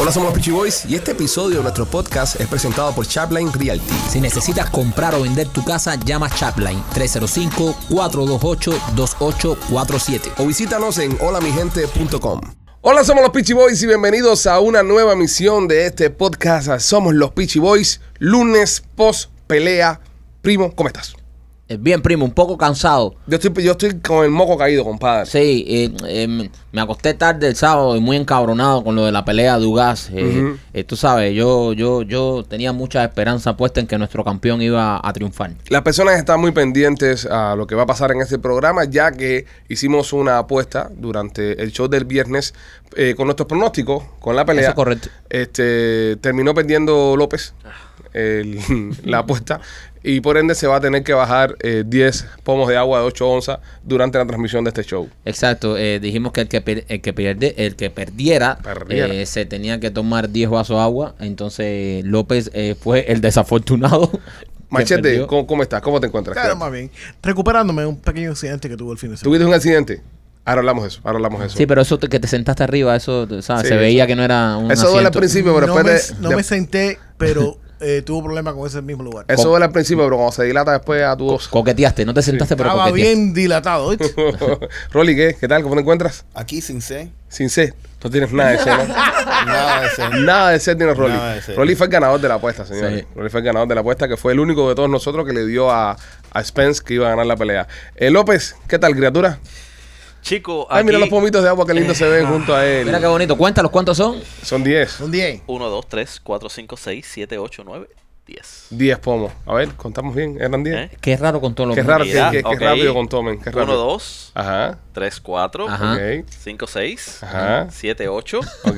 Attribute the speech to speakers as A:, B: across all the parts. A: Hola, somos los Peachy Boys y este episodio de nuestro podcast es presentado por Chapline Realty.
B: Si necesitas comprar o vender tu casa, llama Chapline 305-428-2847.
A: O visítanos en holamigente.com. Hola, somos los Peachy Boys y bienvenidos a una nueva emisión de este podcast. Somos los Peachy Boys, lunes post pelea. Primo, ¿cómo estás?
B: Eh, Bien, primo, un poco cansado.
A: Yo estoy, yo estoy con el moco caído, compadre.
B: Sí, eh, eh, me acosté tarde el sábado y muy encabronado con lo de la pelea de Ugas. Eh,
A: Ujú.
B: eh, tú sabes, yo, yo, yo tenía mucha esperanza puesta en que nuestro campeón iba a triunfar.
A: Las personas están muy pendientes a lo que va a pasar en este programa, ya que hicimos una apuesta durante el show del viernes eh, con nuestros pronósticos, con la pelea.
B: Eso es correcto.
A: Este, terminó perdiendo López el- la apuesta y por ende se va a tener que bajar eh, 10 pomos de agua de 8 onzas durante la transmisión de este show.
B: Exacto, eh, dijimos que el que, per- el que, pierde, el que perdiera,
A: Perdiera.
B: eh, se tenía que tomar 10 vasos de agua. Entonces López eh, fue el desafortunado. que
A: Machete,
B: perdió.
A: ¿cómo, cómo estás? ¿Cómo te encuentras?
C: Claro, más bien. Recuperándome de un pequeño accidente que tuve el fin de semana.
A: ¿Tuviste un accidente? Ahora hablamos de eso, ahora hablamos de eso.
B: Sí, pero eso te- que te sentaste arriba, eso ¿sabes?
A: Sí,
B: se
A: eso-
B: veía que no era un
A: eso duele al
B: asiento.
A: principio, pero
C: no, me,
A: después de-
C: no
A: de-
C: me senté, pero eh, tuve problemas con ese mismo lugar.
A: Eso duele al principio, pero cuando se dilata después a tu voz.
B: Coqueteaste, no te sentaste, pero
C: Estaba
B: coqueteaste.
C: bien dilatado, ¿oíste?
A: Rolly, ¿qué? ¿Qué tal? ¿Cómo te encuentras?
D: Aquí sin C,
A: Sin C. No tienes nada de C, ¿no?
D: nada de C.
A: Nada de ser tiene Rolly.
D: Nada de ser.
A: Rolly fue el ganador de la apuesta, señores.
B: Sí.
A: Rolly fue el ganador de la apuesta, que fue el único de todos nosotros que le dio a, a Spence que iba a ganar la pelea. Eh, López, ¿qué tal, criatura?
E: Chico,
A: Ay,
E: aquí... Ah,
A: mira los pomitos de agua, qué lindo se ven junto a él.
B: Mira qué bonito. Cuéntalos cuántos son.
A: Son 10.
C: Un 10.
E: 1, 2, 3, 4, 5, 6, 7, 8, 9, 10.
A: 10 pomos. A ver, contamos bien. Eran 10.
E: ¿Eh?
B: Qué raro con todos los
A: Qué raro que,
E: Mira,
A: que- que
E: ok.
A: rápido contomen. Qué
E: 1,
A: rápido.
E: 2,
A: Ajá.
E: 3, 4,
B: Ajá.
A: Ok.
E: 5, 6,
A: Ajá.
E: 7, 8,
A: Ok.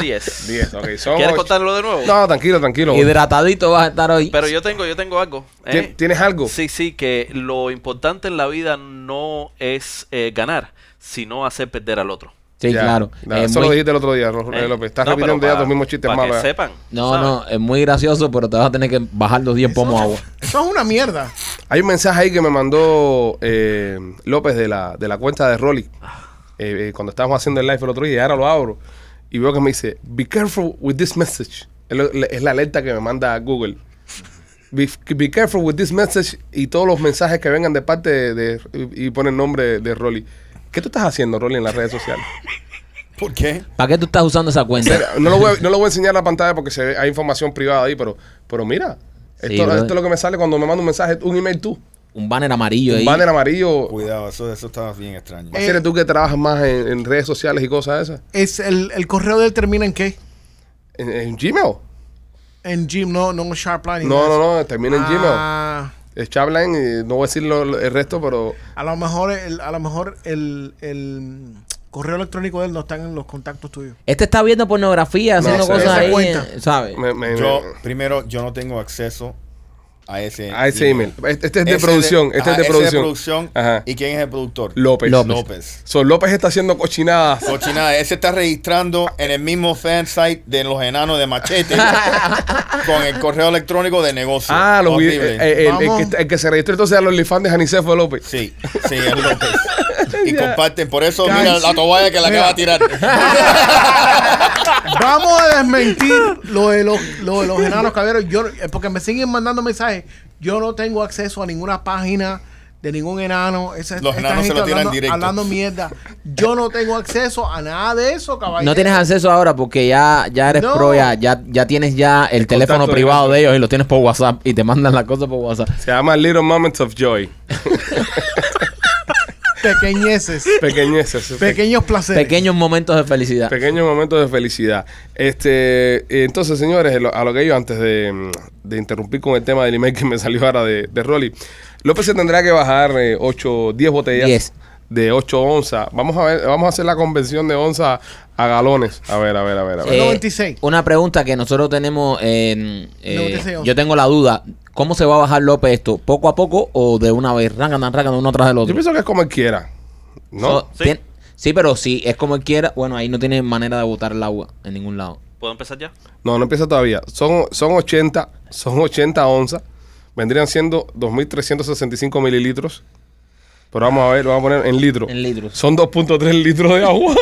E: 10.
A: 10. Ok. Son
E: ¿Quieres
A: ocho.
E: contarlo de nuevo?
A: No, tranquilo, tranquilo.
B: Hidratadito vas a estar hoy.
E: Pero yo tengo, yo tengo algo. ¿eh?
A: ¿Tien- ¿Tienes algo?
E: Sí, sí, que lo importante en la vida no es eh, ganar, sino hacer perder al otro.
B: sí,
A: Ya.
B: claro.
A: Ya,
B: Es
A: eso lo
B: muy-
A: dijiste el otro día, Ro-
E: ¿eh?
A: López. Estás
E: No, pero
A: repitiendo ya
E: pa-
A: tus mismos chistes
E: pa' que
A: malos. ya.
E: sepan.
B: No,
E: ¿sabes?
B: no, es muy gracioso, pero te vas a tener que bajar los 10 pomos de agua.
C: Eso es una mierda.
A: Hay un mensaje ahí que me mandó eh, López de la, de la cuenta de Rolly. eh, eh, cuando estábamos haciendo el live el otro día, y ahora lo abro. Y veo que me dice, be careful with this message. Es, lo- le- es la alerta que me manda Google. Be, be careful with this message y todos los mensajes que vengan de parte de, de- y pone el nombre de, de Rolly. ¿Qué tú estás haciendo, Rolly, en las redes sociales?
D: ¿Por qué?
B: ¿Para qué tú estás usando esa cuenta?
A: Mira, no, lo voy a, no lo voy a enseñar en la pantalla porque se ve- hay información privada ahí, pero, pero mira,
B: Sí,
A: esto,
B: brother.
A: esto es lo que me sale cuando me manda un mensaje, un email tú.
B: Un banner amarillo
A: Un
B: ahí.
A: banner amarillo.
D: Cuidado, eso, eso estaba bien extraño.
C: Eh,
A: ¿Eres tú que trabajas más en, en redes sociales y cosas de esas?
C: Es el, el correo de él termina en qué?
A: ¿En, en Gmail?
C: En Jim, no, no en Sharpline.
A: No, no, no, termina en Gmail.
C: Ah,
A: Es Chapline, eh, no voy a decir lo- lo- el resto, pero
C: a lo mejor, el, a lo mejor el, el correo electrónico de él no está en los contactos tuyos.
B: Este está viendo pornografía, haciendo
A: sé.
B: cosas
C: Esa
B: ahí,
C: cuenta.
B: eh, ¿sabes?
A: me- me-
D: Yo, primero, yo no tengo acceso a ese
A: a ese email. Este, este es de
D: Ese
A: producción, este
D: ajá,
A: es de
D: ese
A: producción.
D: producción.
A: Ajá.
D: ¿Y quién es el productor?
A: López.
B: López.
D: López.
A: So, López está haciendo cochinadas.
D: Cochinada, ese está registrando en el mismo fan site de los enanos de Machete con el correo electrónico de negocio.
A: ah, los vi-
D: Horrible.
A: eh, eh, el, el
C: Vamos.
A: que, está- el que se registró entonces a los OnlyFans de Janicef fue López.
D: Sí, sí, es López. Y comparten, por eso,
C: Guys.
D: mira la toalla que la acaba de tirar.
C: Vamos a desmentir lo de los, lo de los enanos caballeros. Yo, eh, porque me siguen mandando mensajes. Yo no tengo acceso a ninguna página de ningún enano. Esa-
D: Los
C: esta
D: enanos se
C: gente
D: lo tiran
C: hablando,
D: directo.
C: Hablando mierda. Yo no tengo acceso a nada de eso, caballero.
B: No tienes acceso ahora porque ya, ya eres
C: No.
B: pro, ya, ya, ya tienes ya el teléfono
A: contacto
B: privado de ellos y lo tienes por WhatsApp y te mandan las cosas por WhatsApp.
A: Se llama Little Moments of Joy.
C: Pequeñeces.
A: Pequeñeces.
C: Pequeños placeres.
B: Pequeños momentos de felicidad.
A: Pequeños momentos de felicidad. Este, entonces, señores, lo- a lo que yo antes de, mm, de interrumpir con el tema del email que me salió ahora de, de Rolly, López se tendrá que bajar 8, 10 botellas
B: Diez.
A: de 8 onzas. Vamos a ver, vamos a hacer la convención de onzas a galones. A ver, a ver, a ver, a ver.
C: Eh, 96.
B: Una pregunta que nosotros tenemos. en, eh,
C: 96.
B: yo tengo la duda. ¿Cómo se va a bajar López esto? ¿Poco a poco o de una vez? Rangan, rangan, uno tras el
A: Yo
B: otro.
A: pienso que es como él quiera. ¿No?
B: So,
E: Sí.
B: tien- sí, pero si es como él quiera, bueno, ahí no tiene manera de botar el agua en ningún lado.
E: ¿Puedo empezar ya?
A: No, no empieza todavía. Son, son 80, son 80 onzas. Vendrían siendo 2.365 mililitros. Pero vamos a ver, lo vamos a poner en litros.
B: En litros.
A: Son 2.3 litros de agua.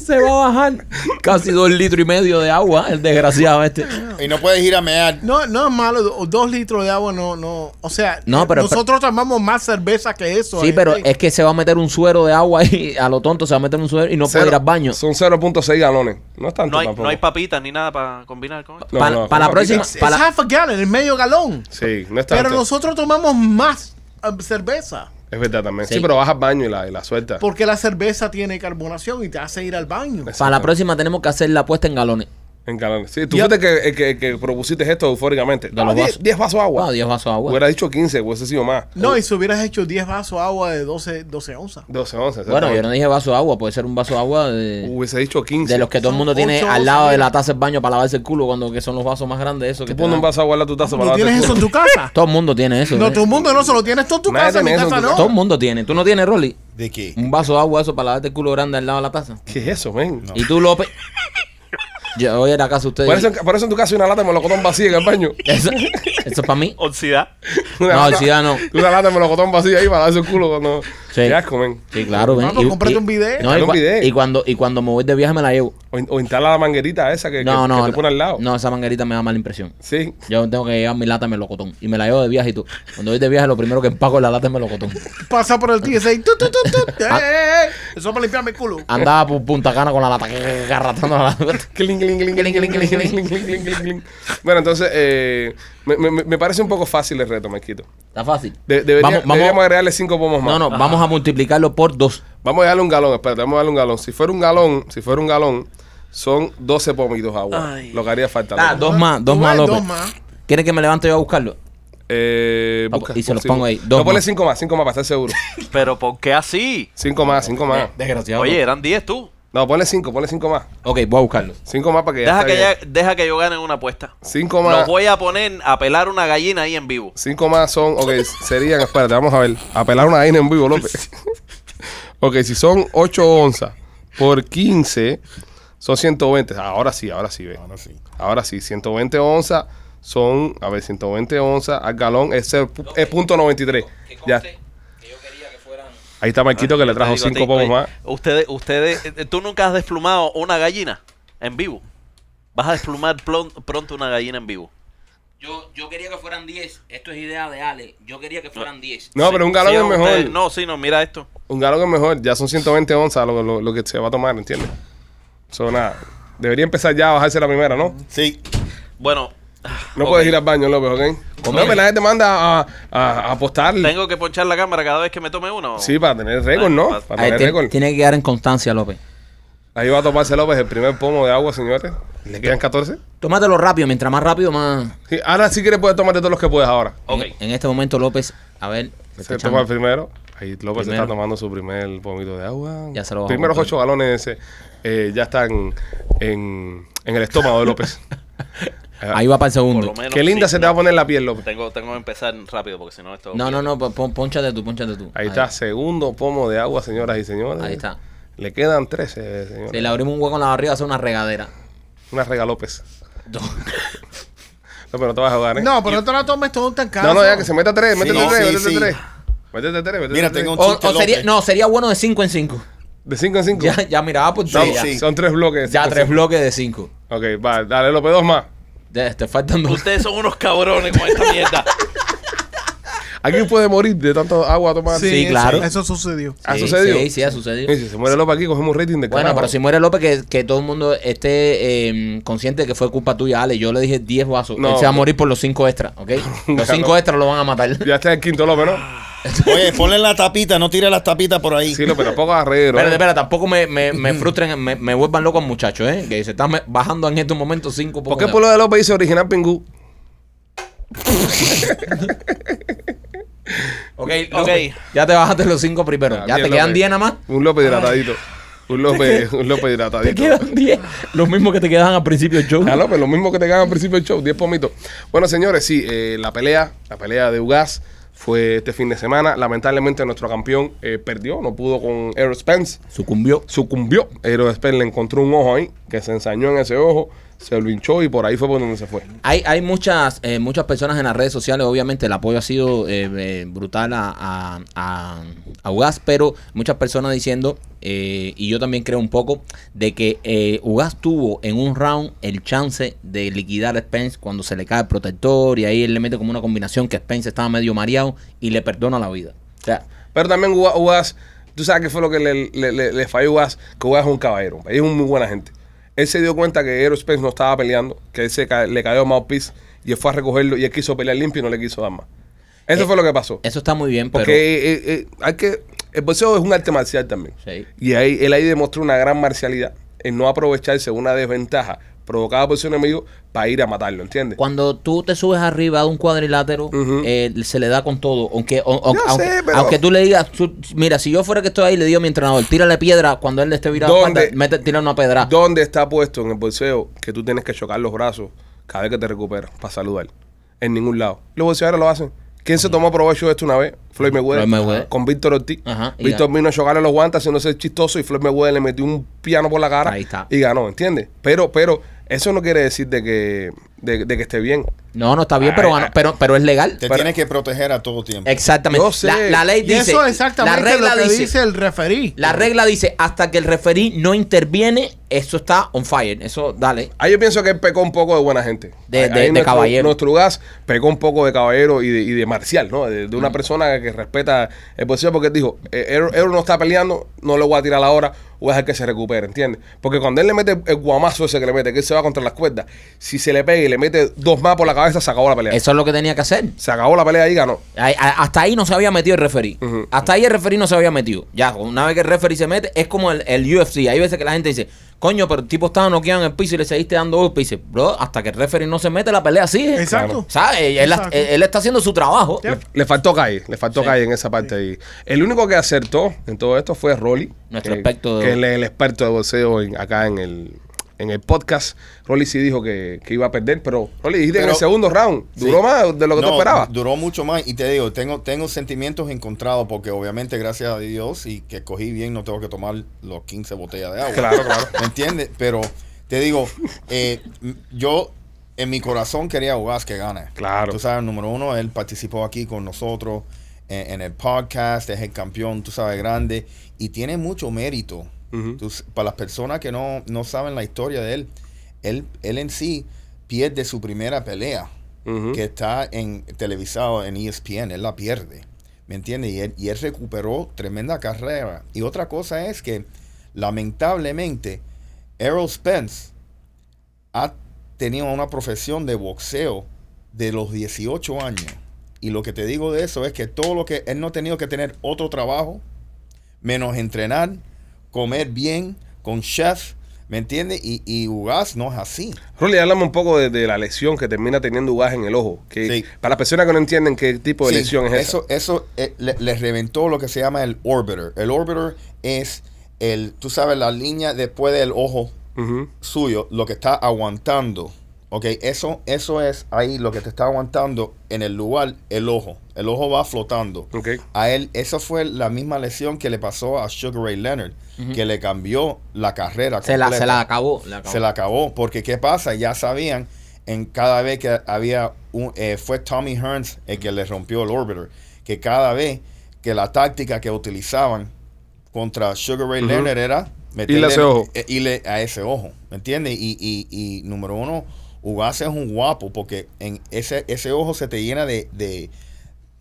B: Se va a bajar casi dos litros y medio de agua, el desgraciado este.
D: Y no puedes ir a mear.
C: No, no es malo, do- dos litros de agua no, no, o sea, eh,
B: No, pero-
C: nosotros tomamos más cerveza que eso. eh,
B: Sí,
C: gente.
B: pero es que se va a meter un suero de agua y a lo tonto se va a meter un suero y no puede
A: Cero-
B: ir al baño.
A: Son 0.6 galones. No es tanto
E: No hay,
A: tampoco.
E: no hay papitas ni nada para combinar con esto.
A: No,
B: Pa-
A: no,
B: para la
A: no,
B: próxima.
A: quizás.
C: Es
B: para-
C: half a gallon, es medio galón.
A: Sí, no es tanto.
C: Pero nosotros tomamos más eh, cerveza.
A: Es verdad también. Sí,
B: Sí.
A: pero vas al baño y la, y la sueltas.
C: Porque la cerveza tiene carbonación y te hace ir al baño.
B: Para la próxima tenemos que hacer la apuesta en galones.
A: En galones. Sí, tú
C: Yep.
A: fuiste que, eh, que, que propusiste esto eufóricamente.
B: De los
A: Ah, diez-
B: vasos.
A: 10 vasos de agua.
B: Wow, 10 vasos Oh, de agua.
A: Hubiera dicho 15, hubiese sido más.
C: No, y si hubieras hecho 10 vasos de agua de 12, 12 onzas.
A: 12, 11.
B: Bueno, yo no
A: exactamente.
B: dije vaso de agua, puede ser un vaso de agua de,
A: Hubiese dicho 15.
B: de los que todo el
C: Son
B: mundo tiene
C: ocho
B: al lado de
C: vasos.
B: la taza del baño para lavarse el culo, cuando que son los vasos más grandes esos que
A: Tú
B: te
A: pones un
B: dan.
A: vaso de agua en la tu taza
C: ¿Tú
A: lavarte
C: tienes
A: el
C: eso en
A: culo.
C: tu casa?
B: Todo el mundo tiene eso.
C: No,
B: ¿eh?
C: todo el mundo no, se lo tienes tú en tu
A: Nadie
C: casa, en mi
A: tiene eso
C: casa
A: en tu
C: no.
A: casa.
B: Todo el mundo tiene. ¿Tú no tienes, Rolly?
D: ¿De qué?
A: Mm.
B: Un vaso de agua eso para lavarte el culo grande al lado de la taza.
A: ¿Qué es eso, men?
B: Y tú, López. Yo voy a ir a casa de ustedes.
A: Por, eso, por eso en tu casa hay una lata de melocotón vacía en el baño.
B: Eso, eso es para mí.
E: Oxidad.
A: Una
B: No,
A: lata-
B: sí, ya no.
A: Una lata de melocotón vacía ahí para darse el culo cuando...
B: Sí.
A: Qué asco, men.
B: Sí, claro, ven.
C: Vamos, cómprate un bidet.
B: no, y,
A: Dale pues un
B: cua-
A: bidet.
B: y cuando, y cuando me voy de viaje me la llevo.
A: O, in- o instala la manguerita esa que, que-
B: No,
A: que
B: no.
A: te pone al lado.
B: No, esa manguerita me da mala impresión.
A: Sí.
B: Yo tengo que llevar mi lata de melocotón. Y me la llevo de viaje y tú. Cuando voy de viaje, lo primero que empaco es la lata de melocotón.
C: Pasa por el TSA y tu, tu, tu, tu.
A: Ah.
C: Eh, eh, eh. Eso para limpiarme el culo.
B: Andaba por Punta Cana con la lata, arrastrando la lata.
A: Cling, cling, cling, cling, cling, cling, cling, cling, cling, cling, cling. Bueno, entonces, eh, me, me- me parece un poco fácil el reto, Marquito.
B: Está fácil.
A: De- debería-
B: Vamos- vamos-
A: Deberíamos agregarle cinco pomos más.
B: No, no, vamos a multiplicarlo por dos.
A: Vamos a darle un galón, espérate, vamos a darle un galón. Si fuera un galón, si fuera un galón, son 12 pomitos de agua.
E: Ay.
A: Lo que haría falta.
B: Ah,
A: López.
B: dos más, dos
C: Tú
B: más,
C: ves,
B: López.
C: Dos más.
B: ¿Quieren que me levante yo a buscarlo?
A: Eh,
B: Ah, y se los pongo ahí, dos
A: No, ponle
B: más.
A: 5 más, 5 más para estar seguro.
E: Pero ¿por qué así?
A: 5 más, 5 más.
B: Desgraciado.
E: Oye, eran 10 tú.
A: No, ponle 5, ponle 5 más.
B: Ok, voy a buscarlo.
A: 5 más para que
E: Deja
A: ya
E: que,
A: esté
E: ya- deja que yo gane una apuesta.
A: 5
E: Lo
A: más.
E: voy a poner a pelar una gallina ahí en vivo.
A: 5 más son, ok, serían, espérate, vamos a ver. Apelar una vaina en vivo, López. ok, si son 8 onzas por 15, son 120. Ahora sí, ahora sí, ve.
D: Ahora sí.
A: Ahora sí, 120 onzas son, a ver, 120 onzas al galón es, el pu- es punto 93. Ya. Ahí está Marquito que le trajo
E: Ah, Yo te digo a
A: 5
E: ti,
A: pomos
E: oye,
A: más.
E: Ustedes, ustedes, eh, tú nunca has desplumado una gallina en vivo. Vas a desplumar plon- pronto una gallina en vivo.
F: Yo, yo quería que fueran 10. Esto es idea de Ale. Yo quería que fueran 10.
A: No,
E: Sí,
A: pero un galón
E: sí,
A: es
E: ustedes-
A: mejor.
E: no, sí, no, mira esto.
A: Un galón es mejor. Ya son 120 onzas lo, lo- lo que se va a tomar, ¿entiendes? Son nada. Debería empezar ya a bajarse la primera, ¿no?
D: Sí.
E: Bueno,
A: No
E: ok.
A: puedes ir al baño, López, ¿ok? No, pero la gente manda a, a- a apostar.
E: tengo que ponchar la cámara cada vez que me tome uno.
A: Sí, para tener récord, ¿no?
E: Ah,
A: Para
B: Ahí
A: tener
B: ti-
A: récord.
B: tiene que quedar en constancia, López.
A: Ahí va a tomarse López el primer pomo de agua, señores. ¿Le quedan 14?
B: Tómatelo rápido, mientras más rápido, más.
A: Sí, ahora sí quieres puedes tomarte todos los que puedes ahora.
E: Ok.
B: En, en este momento, López, a ver. se está
A: Se toma el
B: echando.
A: primero. Ahí López se está
B: Pues Primero.
A: tomando su primer pomito de agua.
B: Ya se lo bajó
A: Primeros
B: todo.
A: ocho galones eh, eh, ya están en, en el estómago de López.
B: Ahí va para el
E: Por lo
B: segundo.
E: menos,
A: Qué linda
E: sí,
A: se te
E: no,
A: va a poner la piel, López.
E: Tengo, tengo que empezar rápido porque si no esto...
B: No, no, no, pon- pon- ponchate tú, ponchate tú.
A: Ahí está, segundo pomo de agua, señoras y señores.
B: Ahí está.
A: Le quedan 13, señores.
B: Si le abrimos un hueco en la barriga, hace una regadera.
A: Una rega López. No, pero no te vas a jugar, ¿eh?
C: No, pero no te la tomes todo tan caro.
A: no, no, ya que se meta tres,
D: Sí,
A: métete
D: no,
A: tres,
D: sí,
A: métete
D: sí.
A: tres. Métete tres, métete
D: Mira,
A: tres.
D: tengo un-
B: O,
D: chiste,
B: o sería,
D: López.
B: no, sería bueno de 5 en 5.
A: De cinco en cinco.
B: Ya, ya miraba por
D: Sí,
B: todo. ya.
D: sí.
A: Son tres bloques.
B: Ya
A: Cinco,
B: tres
A: cinco.
B: bloques de 5.
A: Ok, va, dale, López, dos más.
B: Te faltan dos.
E: Ustedes son unos cabrones con esta mierda.
A: Aquí puede morir de tanto agua tomada.
B: Sí,
C: eso-
B: claro.
C: Eso sucedió.
A: ¿Ha
B: Sí,
A: sucedido?
B: Sí, sí, ha sucedido.
A: Y si se muere López aquí, cogemos rating de
B: Bueno,
A: carajo.
B: pero si muere López, que, que todo el mundo esté eh, consciente de que fue culpa tuya, Ale. Yo le dije 10 vasos.
A: No.
B: Él se va a morir por los 5 extras, ¿ok? Los 5 extras lo van a matar.
A: Ya está el quinto López, ¿no?
D: Oye, ponle la tapita, no tire las tapitas por ahí.
A: Sí, López, tampoco agarrero.
B: Espérate, espérate, tampoco me, me, me frustren, me, me vuelvan loco al muchacho, ¿eh? Que se está me- bajando en este estos momentos 5
A: ¿Por qué Pueblo de López dice original Pingú?
B: Ok,
E: Ok.
B: López, Ya te bajaste los 5 primero.
A: Ah,
B: ya te
A: bien,
B: quedan
A: López.
B: 10 nada más.
A: Un López hidratadito. Un López, un López hidratadito.
B: Te quedan 10. Los mismos que te quedaban al principio del show.
A: Ah, López, lo mismo que te ganan al principio del show, 10 pomitos. Bueno, señores, sí, eh, la pelea, la pelea de Ugas fue este fin de semana. Lamentablemente nuestro campeón eh, perdió, no pudo con Errol Spence.
B: Sucumbió.
A: Sucumbió. Errol Spence le encontró un ojo ahí que se ensañó en ese ojo, se lo hinchó y por ahí fue por donde se fue.
B: Hay, hay muchas eh, muchas personas en las redes sociales, obviamente el apoyo ha sido eh, eh, brutal a, a, a- a Ugaz, pero muchas personas diciendo, eh, y yo también creo un poco, de que eh, Ugaz tuvo en un round el chance de liquidar a Spence cuando se le cae el protector y ahí él le mete como una combinación que Spence estaba medio mareado y le perdona la vida. O sea,
A: Pero también Ua- Ugas, tú sabes qué fue lo que le, le- le- le falló a Ugas, que Ugas es un caballero, es un muy buena gente. Él se dio cuenta que Aerospace no estaba peleando, que él se ca- le cayó a Mouthpiece y él fue a recogerlo y él quiso pelear limpio y no le quiso dar más. Eso
B: Eh,
A: fue lo que pasó.
B: eso está muy bien, pero...
A: Porque eh, eh, hay que. El boxeo es un arte marcial también.
B: Sí.
A: Y ahí, él ahí demostró una gran marcialidad en no aprovecharse una desventaja provocada por su enemigo para ir a matarlo, ¿entiendes?
B: Este. Cuando tú te subes arriba de un cuadrilátero,
A: Ujú.
B: eh, se le da con todo. Aunque, o- o-
A: Yo
B: aunque,
A: sé, pero-
B: aunque tú le digas, tú- mira, si yo fuera que estoy ahí, le digo a mi entrenador, tírale piedra cuando él le esté virado,
A: ¿Dónde?
B: espalda, mete, tira una pedra.
A: ¿Dónde está puesto en el boxeo que tú tienes que chocar los brazos cada vez que te recuperas para saludar? En ningún lado. Los boxeadores lo hacen. ¿Quién se tomó provecho de esto una vez? Floyd Mayweather.
B: Floyd Mayweather.
A: Con Víctor Ortiz.
B: Ajá, y
A: Víctor
B: ganó.
A: vino a chocarle los guantes haciéndose chistoso y Floyd Mayweather le metió un piano por la cara
B: Ahí está.
A: y ganó, ¿entiendes? Pero, pero eso no quiere decir de que, de, de que esté bien.
B: No, no está bien, pero, bueno, pero, pero es legal.
D: Te
A: Pero-
D: tienes que proteger a todo tiempo.
B: Exactamente.
A: Yo sé.
B: La, la ley
C: Y
B: dice.
C: eso es exactamente
B: la regla
C: lo que
B: dice,
C: dice, el referí.
B: La regla dice, hasta que el referí no interviene, eso está on fire. Eso, dale.
A: Ahí yo pienso que él pecó un poco de buena gente.
B: De-
A: Ahí
B: de- de
A: nuestro-
B: caballero.
A: Nuestro gas pecó un poco de caballero y de, y de marcial, ¿no? De, de una persona que respeta el boxeo porque él dijo, Ero no está peleando, no le voy a tirar ahora, voy a dejar que se recupere, ¿entiendes? Porque cuando él le mete el guamazo ese que le mete, que él se va contra las cuerdas, si se le pega y le mete dos más por la cabeza, se acabó la pelea.
B: Eso es lo que tenía que hacer.
A: Se acabó la pelea y ganó.
B: Ahí- a- Hasta ahí no se había metido el referí.
A: Ujú.
B: Hasta ahí el referí no se había metido. Ya, una vez que el referí se mete, es como el, el UFC. Hay veces que la gente dice, coño, pero el tipo estaba noqueado en el piso y le seguiste dando golpe. Y dice, bro, hasta que el referí no se mete, la pelea sigue.
C: Exacto.
B: ¿Sabes? Él,
C: Exacto.
B: él está haciendo su trabajo.
C: Yep.
A: Le faltó calle, le faltó calle en esa parte ahí. El único que acertó en todo esto fue Rolly.
B: Nuestro
A: que,
B: experto de-
A: que él es el experto de boxeo en- acá en el, en el podcast. Rolly sí dijo que, que iba a perder, pero Rolly dijiste que en el
D: Pero-
A: segundo round. Duró
D: Sí.
A: más de lo que tú
D: No,
A: esperabas.
D: Duró mucho más y te digo, tengo, tengo sentimientos encontrados porque obviamente gracias a Dios y que cogí bien no tengo que tomar los 15 botellas de agua.
A: Claro, claro.
D: ¿Me entiendes? Pero te digo, eh, m- yo en mi corazón quería a Ugas que gane.
A: Claro.
D: Tú sabes, número uno, él participó aquí con nosotros eh, en, en el podcast, es el campeón, tú sabes, grande y tiene mucho mérito.
A: Ujú.
D: Tú s- para las personas que no, no saben la historia de él, él, él en sí pierde su primera pelea
A: Ujú.
D: que está en televisado en E ESPN, él la pierde. ¿Me entiendes? Y él, y él recuperó tremenda carrera. Y otra cosa es que, lamentablemente, Errol Spence ha tenido una profesión de boxeo de los 18 años. Y lo que te digo de eso es que todo lo que él no ha tenido que tener otro trabajo, menos entrenar, comer bien, con chef, ¿me entiendes? Y, y Ugas no es así.
A: Rolly, háblame un poco de, de la lesión que termina teniendo Ugas en el ojo. Que,
D: Sí.
A: Para las personas que no entienden qué tipo de
D: Sí,
A: lesión es esa.
D: eso, eso eh, le- les reventó lo que se llama el orbiter. El orbiter es el, tú sabes, la línea después del ojo
A: Ujú.
D: suyo, lo que está aguantando. Ok, eso, eso es ahí lo que te está aguantando en el lugar, el ojo. El ojo va flotando.
A: Ok.
D: A él, esa fue la misma lesión que le pasó a Sugar Ray Leonard, que le cambió la carrera.
B: Se, la, se
D: completa.
B: la acabó. la acabó.
D: Se la acabó. Porque ¿qué pasa? Ya sabían en cada vez que había un... eh, fue Tommy Hearns el que le rompió el orbiter. Que cada vez que la táctica que utilizaban contra Sugar Ray Leonard era... meterle-
A: ese ojo.
D: eh, irle a ese ojo. ¿Me entiendes? Y, y, y número uno, Ugase es un guapo porque en ese, ese ojo se te llena de, de,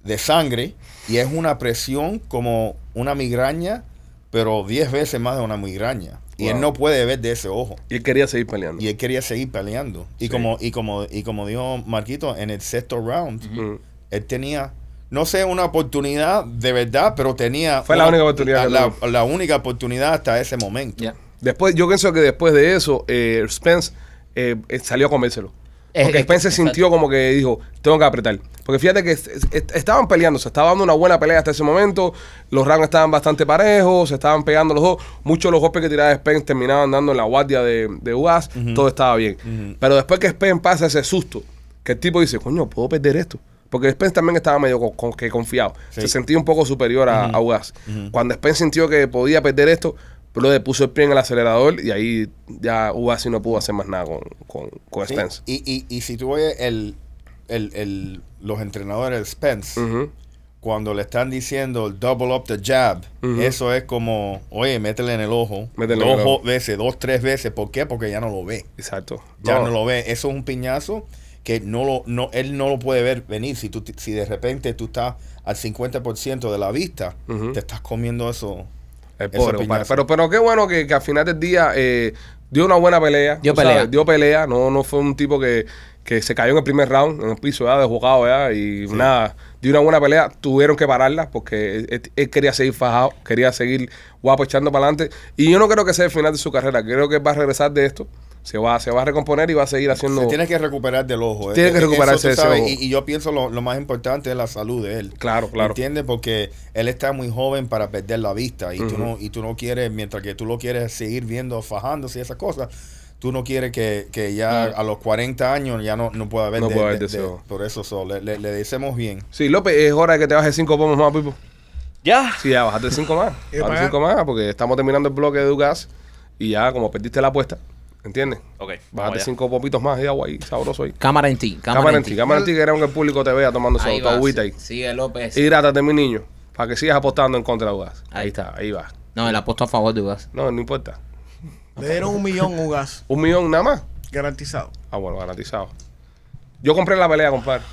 D: de sangre y es una presión como una migraña, pero 10 veces más de una migraña. Y
A: Wow.
D: él no puede ver de ese ojo.
A: Y él quería seguir peleando.
D: Y él quería seguir peleando. Y
A: Sí.
D: como, y como, y como dijo Marquito, en el sexto round,
A: Ujú.
D: él tenía, no sé, una oportunidad de verdad, pero tenía.
A: Fue la
D: una-
A: única oportunidad que
D: La, la única oportunidad hasta ese momento.
B: Ya.
A: Después, yo pienso que después de eso, eh, Spence eh, eh, salió a comérselo.
B: Eh,
A: Porque
B: eh,
A: Spence se
B: exacto.
A: sintió como que dijo, tengo que apretar. Porque fíjate que es- es- est- estaban peleando, se estaba dando una buena pelea hasta ese momento, los rounds estaban bastante parejos, se estaban pegando los dos, muchos de los golpes que tiraba Spence terminaban dando en la guardia de, de UAS, todo estaba bien. Pero después que Spence pasa ese susto, que el tipo dice, coño, puedo perder esto. Porque Spence también estaba medio con, con- que confiado.
D: Sí.
A: Se sentía un poco superior a, a Ugas. Cuando Spence sintió que podía perder esto, Pero le puso el pie en el acelerador y ahí ya Ugas no pudo hacer más nada con, con, con
D: Sí,
A: Spence.
D: Y, y, y si tú oyes el, el, el- los entrenadores de Spence,
A: Ujú.
D: cuando le están diciendo el double up the jab,
A: Ujú.
D: eso es como, oye, métele en el ojo,
A: Métele en
D: dos
A: el ojo.
D: o- veces, dos, tres veces. ¿Por qué? Porque ya no lo ve.
A: Exacto.
D: Ya
A: No.
D: no. lo ve. Eso es un piñazo que no lo, no, él no lo puede ver venir. Si, tú, t- si de repente tú estás al 50% de la vista,
A: Ujú.
D: te estás comiendo eso.
A: El
D: Eso
A: pobre,
D: es
A: compadre.
D: piñazo.
A: Pero, pero qué bueno que, que al final del día eh, dio una buena pelea.
B: Dio
A: tú sabes,
B: pelea.
A: dio pelea. No, no fue un tipo que, que se cayó en el primer round, en el piso ya, desbocado ya. Y nada, dio una buena pelea. Tuvieron que pararla porque él, él- él quería seguir fajado, quería seguir guapo echando para adelante. Y yo no creo que sea el final de su carrera. Creo que él va a regresar de esto. Se va, se va a recomponer y va a seguir haciendo.
D: Se tiene que recuperar del ojo.
A: Tiene
D: Eh,
A: que
D: eh,
A: recuperarse
D: eso tú
A: de ese
D: sabes,
A: ojo.
D: Y, y yo pienso lo, lo más importante es la salud de él.
A: Claro, claro.
D: ¿Entiendes? Porque él está muy joven para perder la vista y,
A: Ujú.
D: tú no, y tú no quieres, mientras que tú lo quieres seguir viendo, fajándose y esas cosas, tú no quieres que, que ya a los 40 años ya no, no pueda ver.
A: No
D: de-
A: pueda
D: de-
A: ver de ese
D: de-
A: ojo.
D: Por eso so, le, le, le decimos bien.
A: Sí, López, es hora de que te bajes cinco pomos más, Pipo.
E: Ya.
A: Sí, ya bajaste 5 más.
C: Y
A: Bajaste
C: pagar.
A: 5 más porque estamos terminando el bloque de Dugas y ya como perdiste la apuesta, ¿entiendes?
E: Ok.
A: Bajaste
E: vamos allá.
A: 5 popitos más de agua ahí, sabroso ahí.
B: Cámara en ti.
A: Cámara, en ti, cámara en ti, queremos que el público te vea tomando su
B: Ahí
A: tu
B: va,
A: agüita ahí.
B: sí- Sigue López.
A: Hidrátate, mi niño, para que sigas apostando en contra de Dugas.
B: Ahí.
A: Ahí está, ahí va.
B: No, el apuesto a favor de Ugas.
A: No, no importa.
C: Le dieron un millón Ugas,
A: ¿Un millón nada más?
C: garantizado.
A: Ah, bueno, garantizado. Yo compré la pelea, compadre.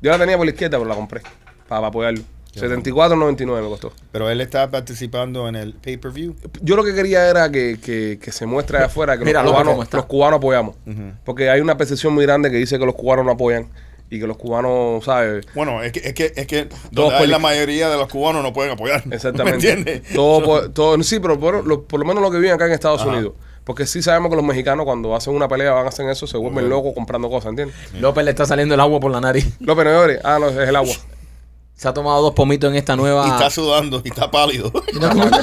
A: Yo la tenía por la izquierda, pero la compré para apoyarlo. 74.99 me costó.
D: Pero él está participando en el pay-per-view.
A: Yo lo que quería era que, que- que se muestre allá afuera que
B: Mira,
A: los,
B: loco, cómo
A: cubanos,
B: está.
A: los cubanos apoyamos.
D: Ujú.
A: Porque hay una percepción muy grande que dice que los cubanos no apoyan y que los cubanos, ¿sabes?
D: Bueno, es que, es que, es que
A: Todos
D: donde hay la
A: polic-
D: mayoría de los cubanos no pueden apoyar.
A: Exactamente.
D: ¿Me entiendes?
A: Todo, por- todo, sí, pero por lo, por lo menos lo que viven acá en Estados Unidos. Porque sí sabemos que los mexicanos cuando hacen una pelea van a hacer eso, se vuelven locos comprando cosas, ¿entiendes?
B: López le está saliendo el agua por la nariz.
A: López, no llores. Ah, no, es el agua.
B: Se ha tomado dos pomitos en esta
D: Y
B: nueva.
D: está sudando y está pálido.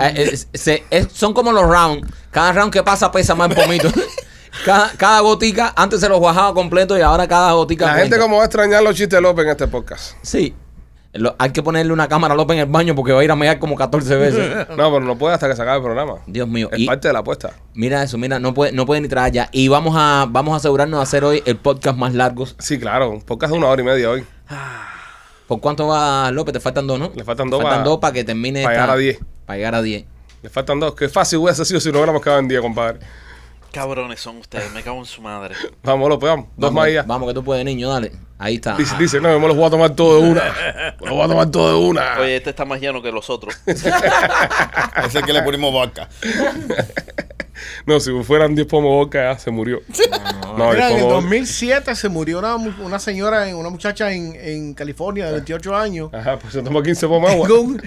B: Eh, es- se- es- son como los rounds. Cada round que pasa pesa más el pomito. cada, cada gotica, antes se los bajaba completo y ahora cada gotica.
A: La gente
B: cuenta.
A: como va a extrañar los chistes de López en este podcast.
B: Sí. Lo- hay que ponerle una cámara a López en el baño porque va a ir a mear como 14 veces.
A: No, pero no puede hasta que se acabe el programa.
B: Dios mío.
A: Es
B: Y-
A: parte de la apuesta.
B: Mira eso, mira, no puede, no puede ni traer ya. Y vamos a, vamos a asegurarnos de hacer hoy el podcast más largo.
A: Sí, claro. Un podcast de una hora y media hoy.
B: ¿Por cuánto va López? Te faltan dos, ¿no?
A: Le faltan dos
B: Faltan
A: pa-
B: dos para que termine.
A: pa
B: esta-
A: llegar a diez.
B: Para llegar a 10.
A: Le faltan dos. Qué fácil hubiese sido si no hubiéramos quedado en día, compadre.
E: Cabrones son ustedes, me cago en su madre.
A: Vamos, López, vamos. Dos
B: Vamos,
A: más y ya.
B: Vamos, que tú puedes, niño, dale. Ahí está.
A: Dice,
B: Ah.
A: dice, no, me los voy a tomar todo de una. Me los voy a tomar todo de
B: Ah.
A: una.
E: Oye, este está más lleno que los otros.
D: Ese es que le ponemos vaca.
A: No, si fueran 10 pomos de vodka, ya se murió. No,
C: Mira, en el
A: pomos-
C: 2007 se murió una, mu- una señora, en- una muchacha en, en California de 28 años.
A: Ajá, pues se toma 15 pomos de
C: En
A: agua.
C: un,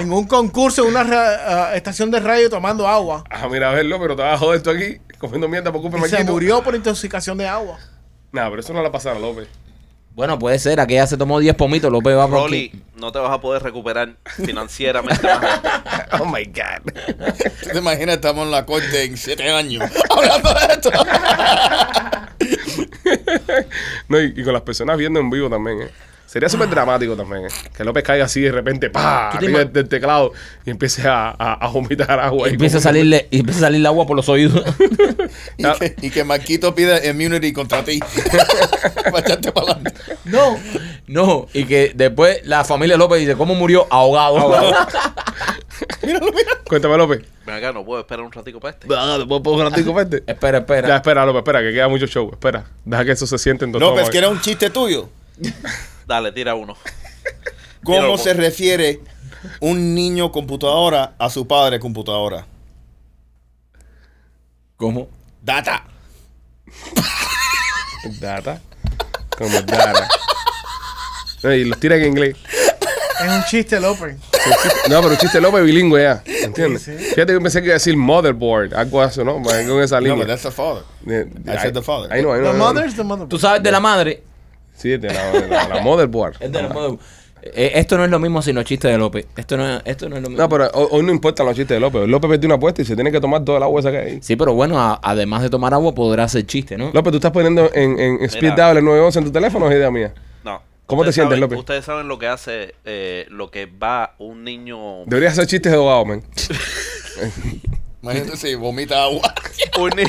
C: en un concurso en una ra- ah, estación de radio tomando agua.
A: Ah, mira, a verlo, pero te vas a joder tú aquí comiendo mierda por culpa de
C: Y se
A: Marquito.
C: murió por intoxicación de agua.
A: Nah, pero eso no la pasaron, López.
B: Bueno, puede ser. Aquella se tomó 10 pomitos. López va por
E: Rolly,
B: aquí.
E: no te vas a poder recuperar financieramente. más adelante.
A: Oh my God.
D: ¿Te imaginas? Estamos en la corte en siete años hablando de esto.
A: No, y, y con las personas viendo en vivo también, ¿eh? Sería súper dramático también, ¿eh? Que López caiga así de repente, pa,
B: ¿Tú te
A: arriba
B: ima-
A: del teclado y empiece a, a, a vomitar agua.
B: Y
A: ahí
B: empieza a
A: como-
B: salirle, y empieza a salirle agua por los oídos.
D: Y que, y que Marquito pida immunity contra ti. Para echarte para adelante.
B: no, no. Y que después la familia López dice, ¿cómo murió? Ahogado.
A: Cuéntame, López.
E: Ven acá, no puedo esperar un ratico para este.
A: Ah, ¿Puedo, puedo un ratico, Pete?
B: espera, espera.
A: Ya, espera, López, espera, que queda mucho show. Espera, deja que eso se siente en todo
D: López, que era un chiste tuyo.
E: Dale, tira uno.
D: ¿Cómo
E: Mira,
D: se refiere un niño computadora a su padre computadora?
B: ¿Cómo?
D: Data.
A: Data. Como data. No, y los tira en inglés.
C: Es un chiste, López.
A: No, pero un chiste López bilingüe ya. ¿Entiendes?
C: Sí, sí.
A: Fíjate que yo pensé que iba a decir motherboard, algo así, ¿no? Con esa
D: No,
A: línea.
D: but that's the father.
A: Eh,
D: I said the father.
A: Ahí no, ahí no.
C: The
A: ahí no.
C: mother is the mother.
B: Tú sabes de la madre.
A: Sí, de la, de la- la motherboard.
B: Es de la madre. Eh, esto no es lo mismo sin los chistes de López. Esto no, es- esto no es lo mismo.
A: No, pero hoy, hoy no importan los chistes de López. López perdió una apuesta y se tiene que tomar toda el agua esa que hay.
B: Sí, pero bueno, a- además de tomar agua, podrá hacer chiste, ¿no?
A: López, tú estás poniendo en, en Speed
E: Mira.
A: Double el 911 en tu teléfono, o es idea mía.
E: No.
A: ¿Cómo te
E: Ustedes
A: sientes,
E: saben-
A: López?
E: Ustedes saben lo que hace, eh, lo que va un niño.
A: Deberías hacer chistes de abogado, man.
D: Imagínate si vomita agua.
E: Un ni-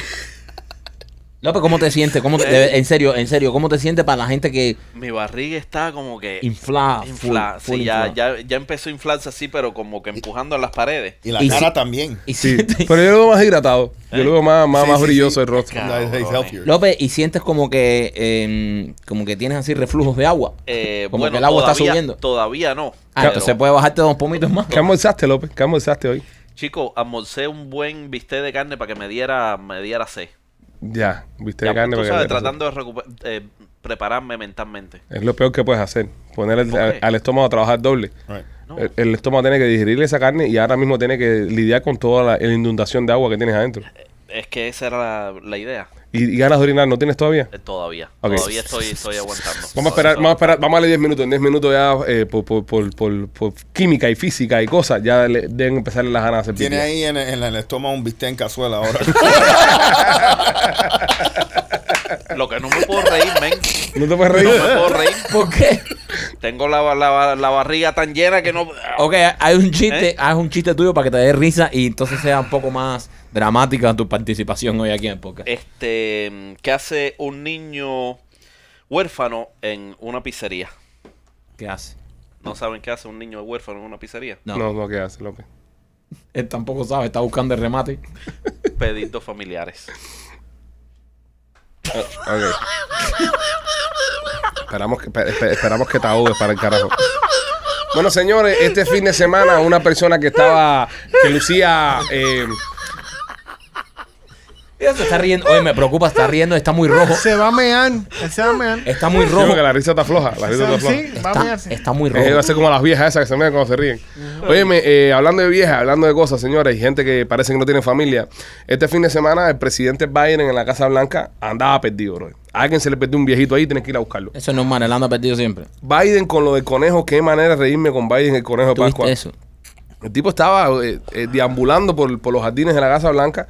B: López, ¿cómo te sientes? ¿Cómo te- de- en serio, en serio, ¿cómo te sientes para la gente que
E: Mi barriga está como que
B: infla? full,
E: infla, sí,
B: full
E: ya,
B: infla?
E: ya, ya empezó a inflarse así, pero como que empujando a las paredes.
D: Y la
B: Y
D: cara
B: si-
D: también.
B: Y
A: Sí,
B: sientes-
A: pero yo lo veo más hidratado. Yo lo veo más, más,
D: Sí,
A: más
D: sí,
A: brilloso
D: sí.
A: el rostro.
E: Claro.
D: That is healthier.
B: López, y sientes como que eh, como que tienes así reflujos de agua.
E: Eh,
B: como
E: bueno,
B: que el agua
E: todavía-
B: está subiendo.
E: Todavía no.
B: Ah,
E: pero-
B: entonces puedes bajarte dos pomitos más.
A: ¿Qué almorzaste, López? ¿Qué almorzaste hoy?
E: Chico, almorcé un buen bistec de carne para que me diera, me diera sed.
A: Ya, viste
E: Ya,
A: de carne.
E: tú
A: para que
E: sabes,
A: te-
E: tratando de recuper- eh, prepararme mentalmente.
A: Es lo peor que puedes hacer. Poner el-
E: ¿Por
A: al,
E: qué?
A: al estómago a trabajar doble.
D: Right.
E: No.
A: El, el estómago tiene que digerir esa carne y ahora mismo tiene que lidiar con toda la, la inundación de agua que tienes adentro.
E: Es que esa era la, la idea.
A: Y, y ganas de orinar, ¿no tienes todavía?
E: eh, Todavía.
A: Ok.
E: Todavía estoy, estoy aguantando.
A: Vamos a
E: Todavía
A: esperar, vamos a esperar, vamos a darle 10 minutos. En 10 minutos ya eh, por, por, por, por, por química y física y cosas, ya le- deben empezar las ganas de hacer
D: Tiene
A: pipí.
D: ahí en, en el estómago un bistec en cazuela ahora.
E: estoy- Lo que no me puedo reír, men.
A: No te puedes
E: No
A: reír.
E: me puedo reír.
B: ¿Por qué?
E: Tengo la, la, la barriga tan llena que no.
B: Ok, hay un chiste,
E: ¿Eh?
B: haz un chiste tuyo para que te dé risa y entonces sea un poco más dramática tu participación hoy aquí en el podcast.
E: Eh. Este. ¿Qué hace un niño huérfano en una pizzería?
B: ¿Qué hace?
E: ¿No saben qué hace un niño huérfano en una pizzería?
B: No.
A: No, no, ¿qué hace, López?
B: Él tampoco sabe, está buscando el remate.
E: Pedidos familiares.
A: Ok. esperamos, que, espe- esperamos que te ahogues para el carajo. Bueno, señores, este fin de semana una persona que estaba, que lucía... eh,
B: Mira, se está riendo. Oye, me preocupa, está riendo, está muy rojo.
C: Se va a mear. Él se va a mear.
B: Está muy
A: yo creo que
B: rojo.
A: la risa está floja, la risa está floja.
C: Sí, va a
B: Está,
C: mearse.
B: está muy
A: Eh, va
B: rojo.
A: a ser como las viejas esas que se mean cuando se ríen. Óyeme, eh, hablando de viejas, hablando de cosas, señores, y gente que parece que no tiene familia. Este fin de semana, el presidente Biden en la Casa Blanca andaba perdido, bro. A alguien se le perdió un viejito ahí, tienes que ir a buscarlo.
B: Eso es normal, él anda perdido siempre.
A: Biden con lo del conejo, qué manera de reírme con Biden el conejo de Pascua.
B: ¿Tuviste eso?
A: El tipo estaba eh, eh, deambulando por, por los jardines de la Casa Blanca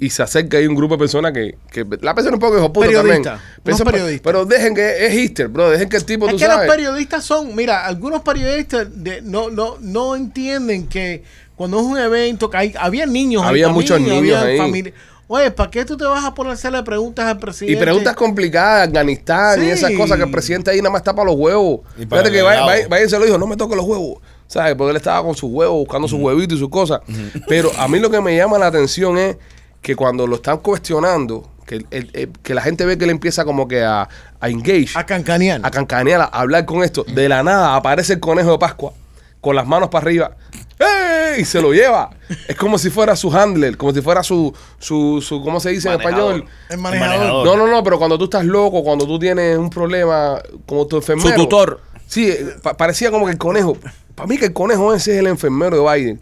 A: y se acerca ahí un grupo de personas que, que- la persona un poco hijo puta también.
C: Periodista,
A: Pero
C: unos
A: eso-
C: periodistas.
A: Pero dejen que es Easter, bro, dejen que el tipo
C: Es
A: tú
C: que
A: sabes.
C: los periodistas son, mira, algunos periodistas de- no, no, no entienden que cuando es un evento, que hay, había niños, hay
A: Había muchos
C: familias,
A: niños ahí.
C: familia- Oye, ¿para qué tú te vas a poner a hacerle preguntas al
A: y
C: presidente?
A: preguntas complicadas, Afganistán y
C: Sí.
A: esas cosas que el presidente ahí nada más está para los huevos.
D: Y para
A: Fíjate
D: el
A: que Biden,
D: helado.
A: Biden- Biden se lo dijo, no me toque los huevos. ¿Sabes? Porque él estaba con sus huevos, buscando sus huevitos y sus cosas. Pero a mí lo que me llama la atención es que cuando lo están cuestionando, que, el- el- el- que la gente ve que él empieza como que a, a engage.
C: A cancanear.
A: a cancanear, a hablar con esto. De la nada aparece el conejo de Pascua con las manos para arriba. ¡Ey! Y se lo lleva. Es como si fuera su handler, como si fuera su, su, su ¿cómo se dice
E: Manejador.
A: en español?
C: El manejador.
D: Manejador.
A: No, no, no, pero cuando tú estás loco, cuando tú tienes un problema, como tu enfermero.
B: Su tutor.
A: Sí, eh, pa- parecía como que el conejo. Para mí que el conejo ese es el enfermero de Biden.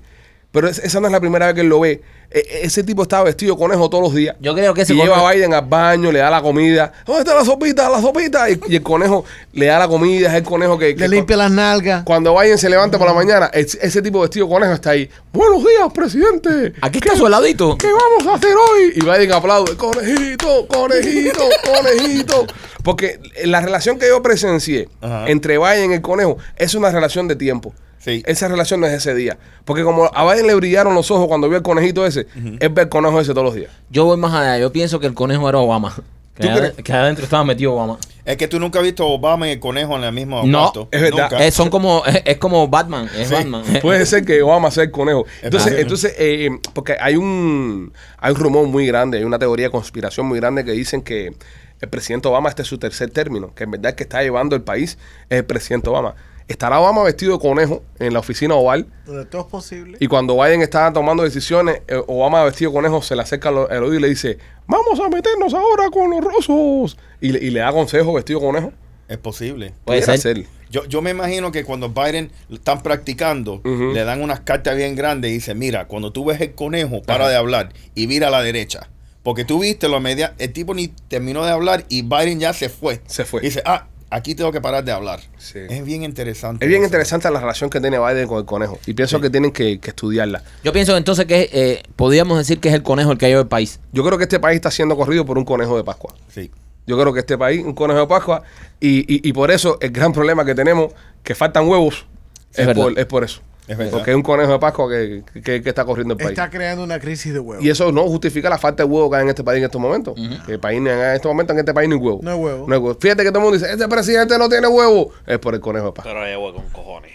A: Pero es- esa no es la primera vez que él lo ve. E- e- ese tipo estaba vestido de conejo todos los días.
B: Yo creo que ese
A: Y lleva
B: conejo-
A: a Biden al baño, le da la comida. ¿Dónde está la sopita? La sopita. Y, y el conejo le da la comida. Es el conejo que. que
C: Le limpia
A: cu-
C: las nalgas.
A: Cuando Biden se levanta por la mañana, es- ese tipo vestido de conejo está ahí. Buenos días, presidente.
B: Aquí está su heladito.
A: ¿Qué vamos a hacer hoy? Y Biden aplaude, conejito, conejito, conejito. Porque la relación que yo presencié
D: Ajá.
A: entre Biden y el conejo es una relación de tiempo.
D: Sí.
A: Esa relación no es ese día. Porque como a Biden le brillaron los ojos cuando vio el conejito ese, él ve el conejo ese todos los días.
B: Yo voy más allá, yo pienso que el conejo era Obama. Que,
A: ¿Tú
B: ade-
A: crees?
B: que adentro estaba metido Obama.
D: Es que tú nunca has visto a Obama y el conejo en el mismo
B: No,
D: cuarto.
A: es verdad.
D: Nunca.
B: Eh, son como, es, es como Batman, es Batman.
A: Puede ser que Obama sea el conejo. Entonces,
D: posible.
A: entonces eh, porque hay un, hay un rumor muy grande, hay una teoría de conspiración muy grande que dicen que el presidente Obama este es su tercer término, que en verdad el que está llevando el país es el presidente Obama. Estará Obama vestido de conejo en la oficina oval
C: Donde todo es posible.
A: y cuando Biden está tomando decisiones, eh, Obama vestido de conejo se le acerca al o- al oído y le dice, vamos a meternos ahora con los rusos. Y le, y le da consejo vestido de conejo.
D: Es posible.
B: Puede
A: Pudiera
B: ser.
D: Yo, yo me imagino que cuando Biden están practicando,
A: Ujú.
D: le dan unas cartas bien grandes y dicen, mira, cuando tú ves el conejo, para de hablar y mira a la derecha. Porque tú viste lo media, el tipo ni terminó de hablar y Biden ya se fue.
A: Se fue.
D: Y dice, ah, aquí tengo que parar de hablar.
A: Sí.
D: Es bien interesante.
A: Es bien
D: eso.
A: interesante la relación que tiene Biden con el conejo. Y pienso que tienen que- que estudiarla.
B: Yo pienso entonces que eh, podríamos decir que es el conejo el que lleva el país.
A: Yo creo que este país está siendo corrido por un conejo de Pascua.
D: Sí.
A: Yo creo que este país, un conejo de Pascua, y, y- y por eso el gran problema que tenemos, que faltan huevos,
B: Sí,
A: es,
B: es verdad.
A: por, es por eso.
D: Es verdad.
A: Porque es un conejo de Pascua que, que- que está corriendo el país.
C: Está creando una crisis de huevos.
A: Y eso no justifica la falta de huevo que hay en este país en estos momentos. Que el país, ni- en estos momentos en este país ni huevo.
C: No hay huevo.
A: Fíjate que todo el mundo dice, este presidente no tiene huevo. Es por el conejo de Pascua.
E: Pero hay agua con cojones.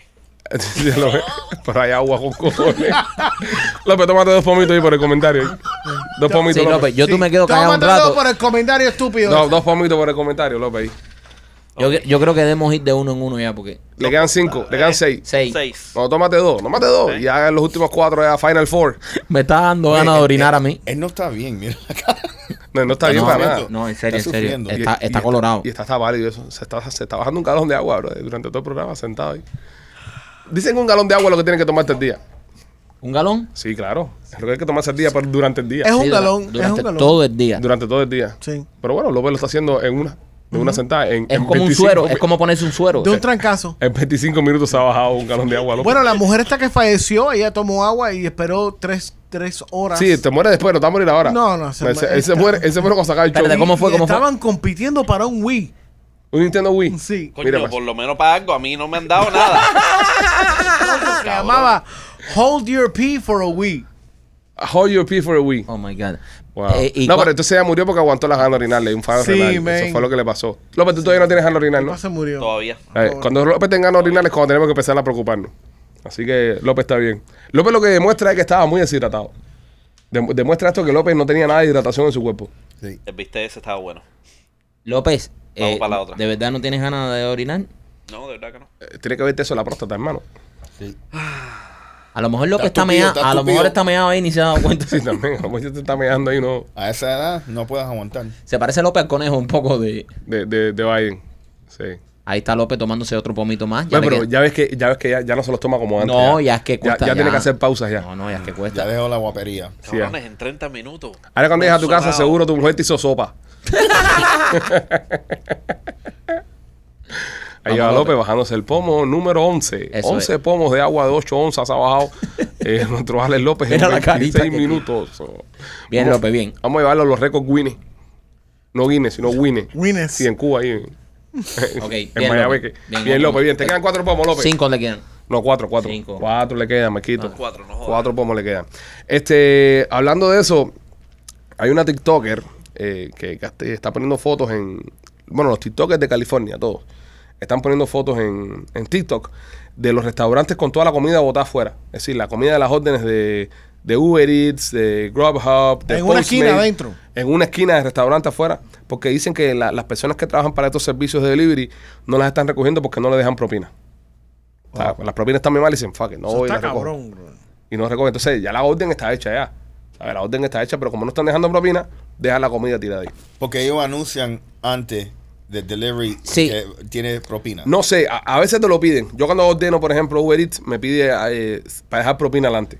A: Ya lo veo. Pero hay agua con cojones. López, tómate dos pomitos ahí por el comentario. ¿eh? Dos pomitos,
B: Sí, López,
A: López.
B: yo tú me quedo callado un
C: Tómatelo
B: rato.
C: por el comentario estúpido.
A: No, dos pomitos por el comentario, López. ahí.
B: Yo, yo creo que debemos ir de uno en uno ya, porque.
A: Le quedan cinco, le quedan seis.
B: Seis.
E: Seis.
A: No, tómate dos, tómate dos. Y hagan los últimos cuatro ya Final Four.
B: Me está dando ganas de orinar a mí.
D: Él no eh, está bien, mira.
A: No, no está
D: No,
A: bien
B: no,
A: para
D: momento.
A: nada.
B: no, en serio,
D: Está
B: en serio.
D: sufriendo.
A: Y-
B: Está,
A: y
B: está colorado.
A: Y está, está válido eso. Se está, se está bajando un galón de agua, bro, durante todo el programa, sentado ahí. Dicen que un galón de agua es lo que tiene que tomarte el día.
B: ¿Un galón?
A: Sí, claro. Es lo que hay que tomarse el día, pero durante el día.
C: Es un
B: Sí, dura-
C: galón. Es
B: Durante
C: un galón.
B: todo el día.
A: Durante todo el día.
C: Sí.
A: Pero bueno, López lo está haciendo en una, de una sentada. En,
B: Es
A: en
B: como un
A: 25
B: suero, es como ponerse un suero.
C: De un trancazo.
A: En 25 minutos se ha bajado un galón de agua, López.
C: Bueno, la mujer esta que falleció, ella tomó agua y esperó tres, tres horas.
A: sí, te muere después, no te va a morir ahora.
C: No, no, se
A: Él se,
C: muere-
A: él se muere, él se muere cuando saca el show.
B: Espérate, ¿cómo fue?
C: Y
B: ¿Cómo fue?
C: estaban compitiendo para un Wii.
A: Un Nintendo Wii.
C: Sí.
E: Coño,
A: Mira, pues.
E: por lo menos para algo. A mí no me han dado nada.
C: Ah, Se llamaba Hold Your Pee for a Wii.
A: Hold your pee for a Wii.
B: Oh my God.
A: Wow.
B: Eh, y
A: no,
B: cua-
A: pero entonces ella murió porque aguantó las ganas de orinar, le dio un fallo
C: Sí,
A: renal.
C: man.
A: Eso fue lo que le pasó. López, tú todavía no tienes ganas de orinar, ¿no?
C: No se murió.
E: Todavía.
A: A ver, cuando López tenga ganas de orinar es cuando tenemos que empezar a preocuparnos. Así que López está bien. López lo que demuestra es que estaba muy deshidratado. Dem- demuestra esto que López no tenía nada de hidratación en su cuerpo.
D: Sí.
E: El bistec ese estaba bueno.
B: López,
E: Vamos
B: eh,
E: para la otra.
B: ¿de verdad no tienes ganas de orinar?
E: No, de verdad que no.
A: Eh, tiene que verte eso en la próstata, hermano.
D: Sí.
B: A lo mejor López
D: Está
B: está,
D: tupido,
B: meado,
D: está
B: a lo
D: tupido.
B: mejor está meado ahí y ni se ha dado cuenta.
A: Sí, también. Como yo te está mirando ahí, ¿no?
D: A esa edad no puedes aguantar.
B: Se parece López al conejo un poco de...
A: De, de, de Biden. Sí.
B: Ahí está López tomándose otro pomito más.
A: Bueno,
B: le
A: pero
B: queda-
A: ya ves que ya ves que ya, ya no se los toma como antes.
B: No, ya es que cuesta,
A: Ya,
B: ya.
A: tiene que hacer pausas ya.
B: No, no, ya es que
D: Ya
B: cuesta.
D: dejó la guapería.
A: Sí,
E: Cabrones, en 30 minutos.
A: Ahora cuando llegas a tu casa,
E: Sonado.
A: seguro tu mujer te hizo sopa. Ahí va
B: Vamos,
A: López
B: López.
A: bajándose el pomo número 11.
B: Eso
A: 11
B: es.
A: pomos de agua de 8 onzas ha bajado eh, nuestro Alex López
B: Mira la
A: en
B: carita
A: 26
B: que-
A: minutos. Oh.
B: Bien,
A: Vamos-
B: López, bien.
A: Vamos a llevarlo a los récords Guinness. No Guinness, sino Guinness.
C: Guinness.
A: Sí, en Cuba ahí.
B: Ok,
A: en
B: bien,
A: Miami.
B: López.
A: que- Bien, López,
B: Bien, López.
A: bien. Te quedan cuatro pomos, López.
B: Cinco le quedan.
A: No, cuatro, cuatro.
B: Cinco.
A: Cuatro le quedan, Marquito.
E: Ah. Cuatro, no jodas.
A: Cuatro pomos le quedan. Este, hablando de eso, hay una TikToker eh, que que est- está poniendo fotos en. Bueno, los TikTokers de California, todos. Están poniendo fotos en, en TikTok de los restaurantes con toda la comida botada afuera. Es decir, la comida de las órdenes de, de Uber Eats, de Grubhub, de
C: En una esquina
A: Postmates,
C: adentro.
A: En una esquina de restaurante afuera. Porque dicen que la- las personas que trabajan para estos servicios de delivery no las están recogiendo porque no le dejan propina. O sea, las propinas están muy mal y dicen, fuck, it, no
C: Eso
A: voy y
C: está
A: las recojo".
C: cabrón, bro.
A: Y no recogen. Entonces, ya la orden está hecha ya. A ver, la orden está hecha, pero como no están dejando propina, deja la comida tirada ahí.
D: Porque ellos anuncian antes del delivery
B: Sí.
D: que tiene propina.
A: No sé, a, a veces te lo piden. Yo cuando ordeno, por ejemplo, Uber Eats, me pide eh, para dejar propina adelante.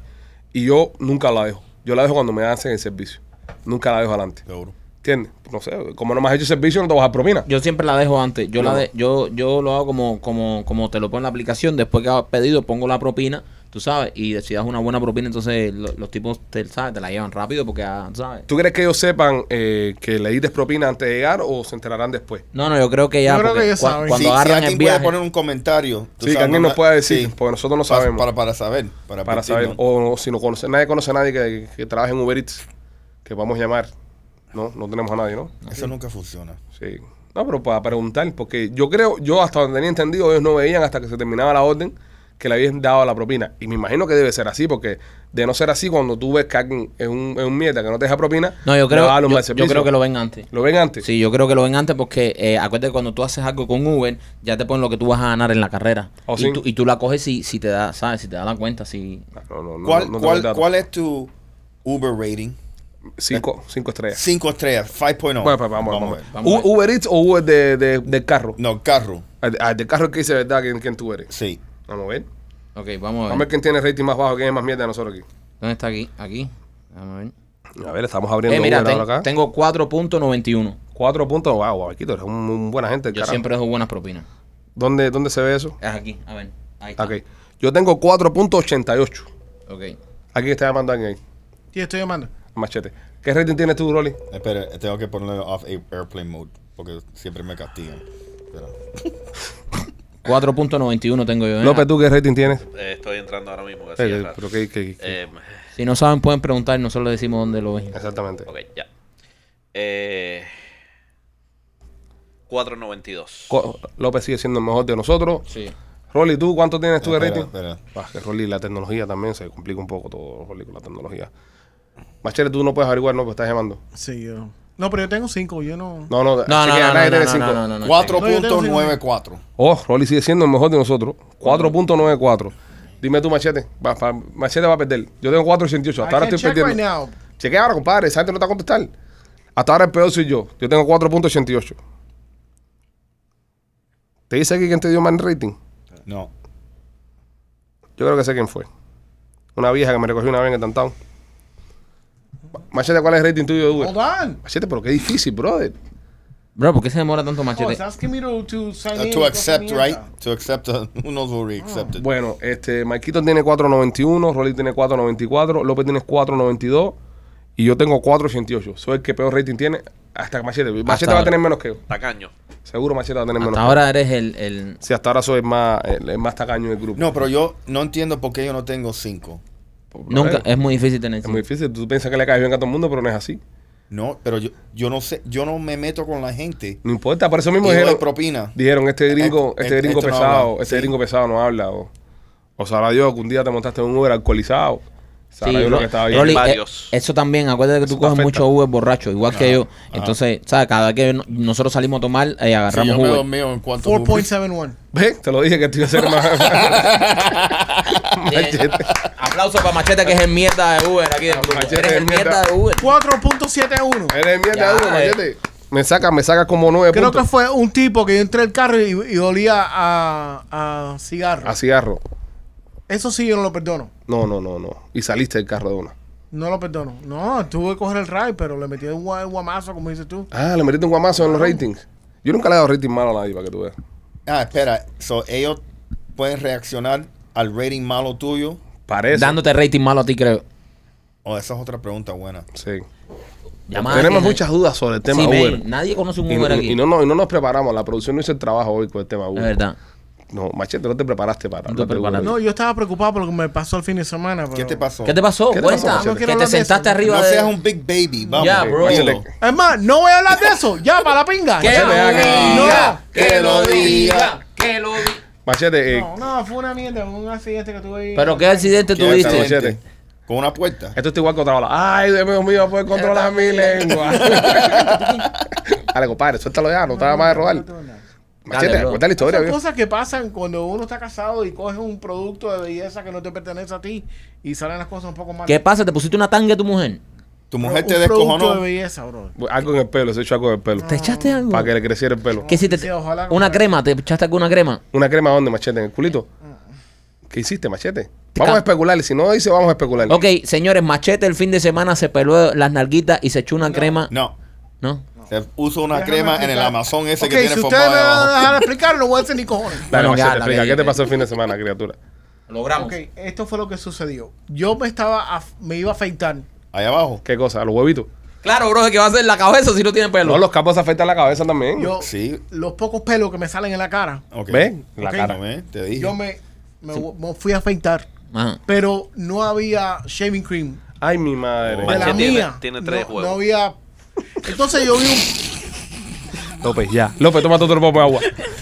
A: Y yo nunca la dejo. Yo la dejo cuando me hacen el servicio. Nunca la dejo adelante.
D: Seguro.
A: ¿Entiendes? No sé, como no me has hecho servicio, no te vas a dejar propina.
B: Yo siempre la dejo antes. Yo la
A: No.
B: de- yo yo lo hago como como como te lo pongo en la aplicación. Después que hago pedido pongo la propina, tú sabes. Y si das una buena propina, entonces lo- los tipos te, ¿sabes? te la llevan rápido porque, ah, ¿sabes?
A: ¿Tú crees que ellos sepan eh, que le dices propina antes de llegar o se enterarán después?
B: No, no, yo creo que ya.
C: Yo creo
B: porque
C: que ellos
B: cua-
C: saben.
B: Cuando
D: Sí,
B: agarran
D: si
B: el
D: alguien puede
B: viaje.
D: poner un comentario.
A: Sí,
D: tú
A: que
D: sabes,
A: alguien
D: no-
A: nos pueda decir,
D: sí.
A: porque nosotros no
D: Para-
A: sabemos.
D: Para, para saber. Para,
A: para saber,
D: advertirnos.
A: o, si no conoce, nadie conoce a nadie que, que trabaje en Uber Eats, que vamos a llamar. No, no tenemos a nadie, ¿no?
D: Eso nunca funciona.
A: Sí. No, pero para preguntar, porque yo creo, yo hasta donde tenía entendido, ellos no veían hasta que se terminaba la orden que le habían dado la propina. Y me imagino que debe ser así, porque de no ser así, cuando tú ves que alguien es un, es un mierda que no te deja propina,
B: No, yo
A: le vas a dar
B: creo,
A: un
B: yo,
A: mal
B: yo
A: servicio.
B: creo que lo ven antes.
A: ¿Lo ven antes.
B: Sí, yo creo que lo ven antes porque eh, acuérdate que cuando tú haces algo con Uber, ya te ponen lo que tú vas a ganar en la carrera.
A: Oh,
B: y,
A: sí.
B: tú, y tú la coges si, si te da, ¿sabes? Si te da la cuenta, si...
A: No, no, no, no
D: ¿Cuál,
A: tengo el
D: cuál,
A: dato.
D: ¿Cuál es tu Uber rating?
A: Cinco, cinco estrellas.
D: Cinco estrellas, 5.0.
A: Eh. Bueno, pues, vamos,
D: Vamos a
A: vamos.
D: ver.
B: Eh, Vamos a ver.
A: U- ¿Uber Eats o Uber de, de- del carro?
D: No, carro.
A: Ah, ah, del carro es que dice, ¿verdad? ¿Quién, quién tú eres?
D: Sí.
A: Vamos a ver.
B: Ok, vamos a
A: Vamos a ver
B: ver.
A: quién tiene rating más bajo, quién es más mierda de nosotros aquí.
B: ¿Dónde está aquí? Aquí. Vamos a ver.
A: A ver, estamos abriendo
B: Eh, mira,
A: Uber
B: ten-
A: ahora acá.
B: tengo 4.91.
A: Cuatro puntos. Wow, Guabequito, eres un, un buena gente.
B: Yo
A: carajo.
B: siempre dejo buenas propinas.
A: ¿Dónde, ¿Dónde se ve eso?
B: Es aquí, a ver. Ahí está.
A: Ok. Yo tengo 4.88.
B: Ok.
A: Aquí está llamando alguien ahí.
C: Sí, estoy llamando.
A: Machete. ¿Qué rating tienes tú, Rolly?
D: Espera, tengo que ponerlo off air- airplane mode porque siempre me castigan. Espera.
B: 4.91 tengo yo. ¿eh?
A: López, ¿tú qué rating tienes?
E: Eh, estoy entrando ahora mismo. Casi
A: Eh, pero qué- qué- qué-
B: Si no saben, pueden preguntar. Nosotros les decimos dónde lo ven.
A: Exactamente.
E: ok, ya. Eh, 4.92.
A: Co- López sigue siendo el mejor de nosotros.
B: Sí.
A: Rolly, ¿tú cuánto tienes tú de
D: Espera,
A: rating?
D: espera.
A: Ah, que Rolly, la tecnología también se complica un poco todo, Rolly, con la tecnología. Machere, tú no puedes averiguar, no, pues estás llamando.
C: Sí, yo. No, pero yo tengo cinco, yo no.
A: No, no,
B: No, no,
A: chequea,
B: no, no,
A: nadie
B: no,
A: tiene
B: no,
A: cinco.
B: no, no, no.
D: 4.94.
A: Oh, Rolly sigue siendo el mejor de nosotros. 4.94. Dime tú, Machete. Va, va- machete va a perder. Yo tengo 4.88. Hasta ahora
C: I can't
A: estoy
C: check
A: perdiendo.
C: right now.
A: Chequea ahora, compadre. Esa gente no está a contestar. Hasta ahora el peor soy yo. Yo tengo 4.88. ¿Te dice aquí quién te dio más rating?
D: No.
A: Yo creo que sé quién fue. Una vieja que me recogió una vez en el downtown. Ma- Machete, ¿cuál es el rating tuyo de Uber?
C: Hold on.
A: Machete, pero qué difícil, brother.
B: Bro, ¿por qué se demora tanto
C: Oh,
B: machete?
C: it's asking me to, to sign
D: Uh,
C: in.
D: to accept,
C: cosa
D: right?
C: mierda.
D: To accept, uh, who knows what we accepted.
A: Bueno, este, Marquito tiene 4.91, Rolly tiene 4.94, López tiene 4.92 y yo tengo 4.88. Soy el que peor rating tiene hasta Machete. Machete va a
B: ahora.
A: tener menos que yo.
E: Tacaño.
A: Seguro Machete va a tener menos.
B: Hasta
A: que yo.
B: ahora eres el, el-
A: Sí, hasta ahora soy el más, el, el más tacaño del grupo.
D: No, pero yo no entiendo por qué yo no tengo 5.
A: Por lo
B: Nunca, eh,
A: menos.
B: es muy difícil tener
A: eh. Es muy difícil. Tú piensas que le caes bien a todo el mundo, pero no es así.
D: No, pero yo, yo no sé, yo no me meto con la gente.
A: No importa, por eso mismo
D: Y yo
A: dijeron,
D: doy propina.
A: dijeron este gringo,
D: Eh,
A: este
D: eh,
A: gringo
D: esto no
A: pesado,
D: habla.
A: este
D: Sí.
A: gringo pesado no habla. O, o sabrá Dios que un día te montaste en un Uber alcoholizado. Sabrá
B: Sí,
A: Dios lo
B: Ro-
A: que estaba
B: Rolly,
A: bien.
E: Hay
B: eh,
E: varios.
B: eso también, acuérdate que tú
A: Eso te
B: coges
A: afecta.
B: mucho Uber borracho, igual que yo. Entonces, ¿sabes? Cada vez que no- nosotros salimos a tomar, eh,
D: Si
B: agarramos
D: yo me
B: Uber.
D: dormí en cuanto movies.
C: 4.71.
A: Ve, te lo dije que te iba a hacer más. Machete.
B: Aplauso para Machete, que es el mierda de Uber aquí del grupo.
A: Machete
B: Eres
A: es
B: el mierda.
A: mierda.
B: de Uber.
C: 4.71.
A: Eres mierda,
B: Ya,
A: duro,
B: eh.
A: Machete. Me saca, me saca como nueve
C: Creo que
A: puntos.
C: fue un tipo que yo entré al carro y, y olía a, a cigarro.
A: A cigarro.
C: Eso sí, yo no lo perdono.
A: No, no, no, no. Y saliste del carro de una.
C: No lo perdono. No, tuve que coger el ride, pero le metí un gua- guamazo, como dices tú.
A: Ah, le metiste un guamazo en los ratings. Yo nunca le he dado rating malo a nadie para que tú veas.
D: Ah, espera. So, ellos pueden reaccionar al rating malo tuyo.
A: Parece.
B: Dándote rating malo a ti, creo.
D: O esa es otra pregunta buena.
A: Sí.
B: Llamada
A: Tenemos
B: que-
A: muchas dudas sobre el tema
B: Sí,
A: Uber.
B: men, nadie conoce un
A: Y,
B: Uber
A: y-
B: aquí.
A: y no, no, y no nos preparamos. La producción no hizo el trabajo hoy con el tema Uber.
B: es verdad.
A: No, Machete, no te preparaste para.
B: No te
A: hablar de Uber.
B: preparaste.
C: No, yo estaba preocupado por lo que me pasó el fin de semana.
D: ¿Qué
C: pero-
D: te pasó?
B: ¿Qué te pasó?
A: ¿Qué te pasó,
B: Cuenta.
A: Machete?
B: que
C: No
B: te
C: quiero
B: sentaste
C: hablar de
B: arriba
D: No
B: de...
D: seas un big baby. Vamos.
B: Ya,
A: Sí,
B: bro.
A: Eh, Machete,
C: Es más, no voy a hablar de eso. Ya, para la pinga.
B: ¿Qué?
A: Machete, ven acá.
C: No.
D: que lo diga,
F: que lo diga.
A: Machete, eh,
C: No, no, fue una mierda, un accidente que tuve ahí.
B: Pero qué accidente
D: ¿Qué
B: tuviste.
A: accidente?
D: accidente? Con una puerta.
A: esto está igual que otra ola. Ay, Dios mío, puedes controlar mi lengua. Dale, compadre, suéltalo ya, no te va más de robar. Machete,
B: bro.
A: cuenta la historia,
C: Son
A: viejo.
C: cosas que pasan cuando uno está casado y coges un producto de belleza que no te pertenece a ti y salen las cosas un poco mal.
B: ¿Qué pasa? ¿Te pusiste una tanga a tu mujer?
D: Tu
C: Un
D: mujer te
C: producto de
D: descojonó.
C: belleza, bro.
A: Algo en el pelo, se echó algo en el pelo.
B: ¿Te echaste algo?
A: Para que le creciera el pelo.
B: ¿Qué hiciste?
C: Sí, ojalá que
B: ¿Una
C: fuera.
B: crema? ¿Te echaste alguna crema?
A: ¿Una crema dónde, Machete? ¿En el culito? ¿Qué hiciste, Machete? Vamos
B: Ah. ca-
A: a especular. Si no dice, vamos a especular.
B: Ok, señores, Machete el fin de semana se peló las nalguitas y se echó una crema.
D: No.
B: ¿No?
D: Se puso una
C: Déjame
D: crema en
C: explicar.
D: el Amazon ese
C: Ok,
D: que tiene
C: si ustedes
D: formado
C: me
D: ahí
C: van a
D: abajo.
C: dejar explicar, no voy a decir ni cojones.
A: Dale,
B: Bueno,
A: Machete,
B: gala,
A: explica.
B: que-
A: ¿Qué te pasó el fin de semana, criatura?
B: Logramos.
C: Ok, esto fue lo que sucedió. Yo me estaba, af- me iba a afeitar.
D: Ahí abajo.
A: ¿Qué cosa? ¿Los huevitos?
B: Claro, bro, que va a ser la cabeza si no tiene pelo.
A: No, los capos afectan la cabeza también.
C: Yo,
D: Sí.
C: los pocos pelos que me salen en la cara,
D: Ok.
A: ¿Ven? La
C: Ok.
A: cara.
D: No, ¿ven? Te dije.
C: yo me, me- me fui a afeitar.
B: Ajá.
C: Pero no había shaving cream.
A: Ay, mi madre.
C: De la
E: Manche tiene-
C: mía.
E: tiene tres
C: no,
E: huevos.
C: no había. Entonces yo vi un.
A: López, ya. López, tómate otro pomo de agua.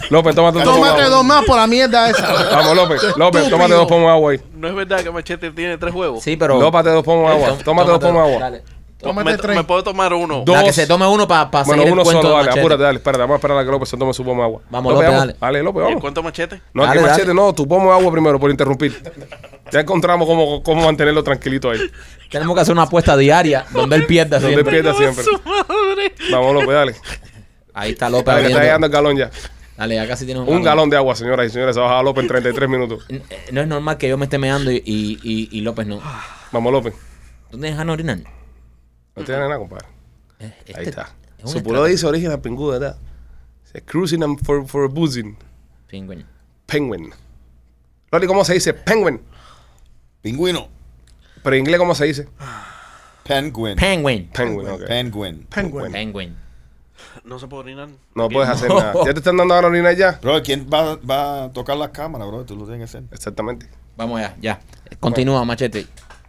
A: López, tómate otro pomo de
C: Tómate
A: agua.
C: dos más por la mierda esa.
A: Vamos, López. López,
C: Estúpido.
A: tómate dos pomos de agua ahí.
E: No es verdad que Machete tiene tres huevos.
B: Sí, pero.
A: Tómate dos pomos de agua.
B: Tó-
A: Tómate dos pomos de agua.
B: Dale.
C: Tómate
E: me,
C: tres.
E: me puedo tomar uno.
A: Dos.
B: Da, que se tome uno para pa
A: Bueno,
B: seguir
A: uno
B: el cuento
A: solo,
B: de
A: dale.
B: Machete.
A: Apúrate, dale. Espérate, vamos a esperar a que López se tome su pomo de agua.
B: Vamos, López, dale.
A: Dale, López,
E: ¿Y
A: vamos.
E: cuánto Machete?
A: No,
B: Dale,
A: que
B: dale.
A: machete, no, tu pomo de agua primero por interrumpir. Ya encontramos cómo, cómo mantenerlo tranquilito ahí.
B: Tenemos que hacer una apuesta diaria donde él pierda.
A: Donde
B: siempre.
A: pierda siempre.
E: madre!
A: Vamos, López, dale.
B: Ahí está López
A: Dale, que está llegando
B: abriendo.
A: el galón ya.
B: Dale, ya casi tiene
A: Un galón de agua, señoras y señores. Se baja López en 33 minutos.
B: N- eh, No es normal que yo me esté meando y, y, y- y López no.
A: Vamos, López.
B: ¿Tú te dejas orinar?
A: No tiene nada, compadre.
B: Eh, este
A: Ahí está.
B: es un
A: Su
B: escándalo.
A: puro dice origen a pinguda, ¿verdad? Se cruising and for, for boozing.
B: Pingüino.
A: Penguin. Loli, ¿cómo se dice? Penguin.
D: Pingüino.
A: Pero en inglés, ¿cómo se dice?
D: Penguin.
B: Penguin.
A: Penguin. ok.
D: Penguin.
C: Penguin.
B: Penguin.
E: No se puede orinar.
A: No
E: Bien.
A: puedes hacer nada. ¿Ya te están dando ahora orina ya?
D: Bro, ¿quién va, va a tocar las cámaras, bro? Tú lo tienes que hacer.
A: Exactamente.
B: Vamos allá, ya. Continúa, machete.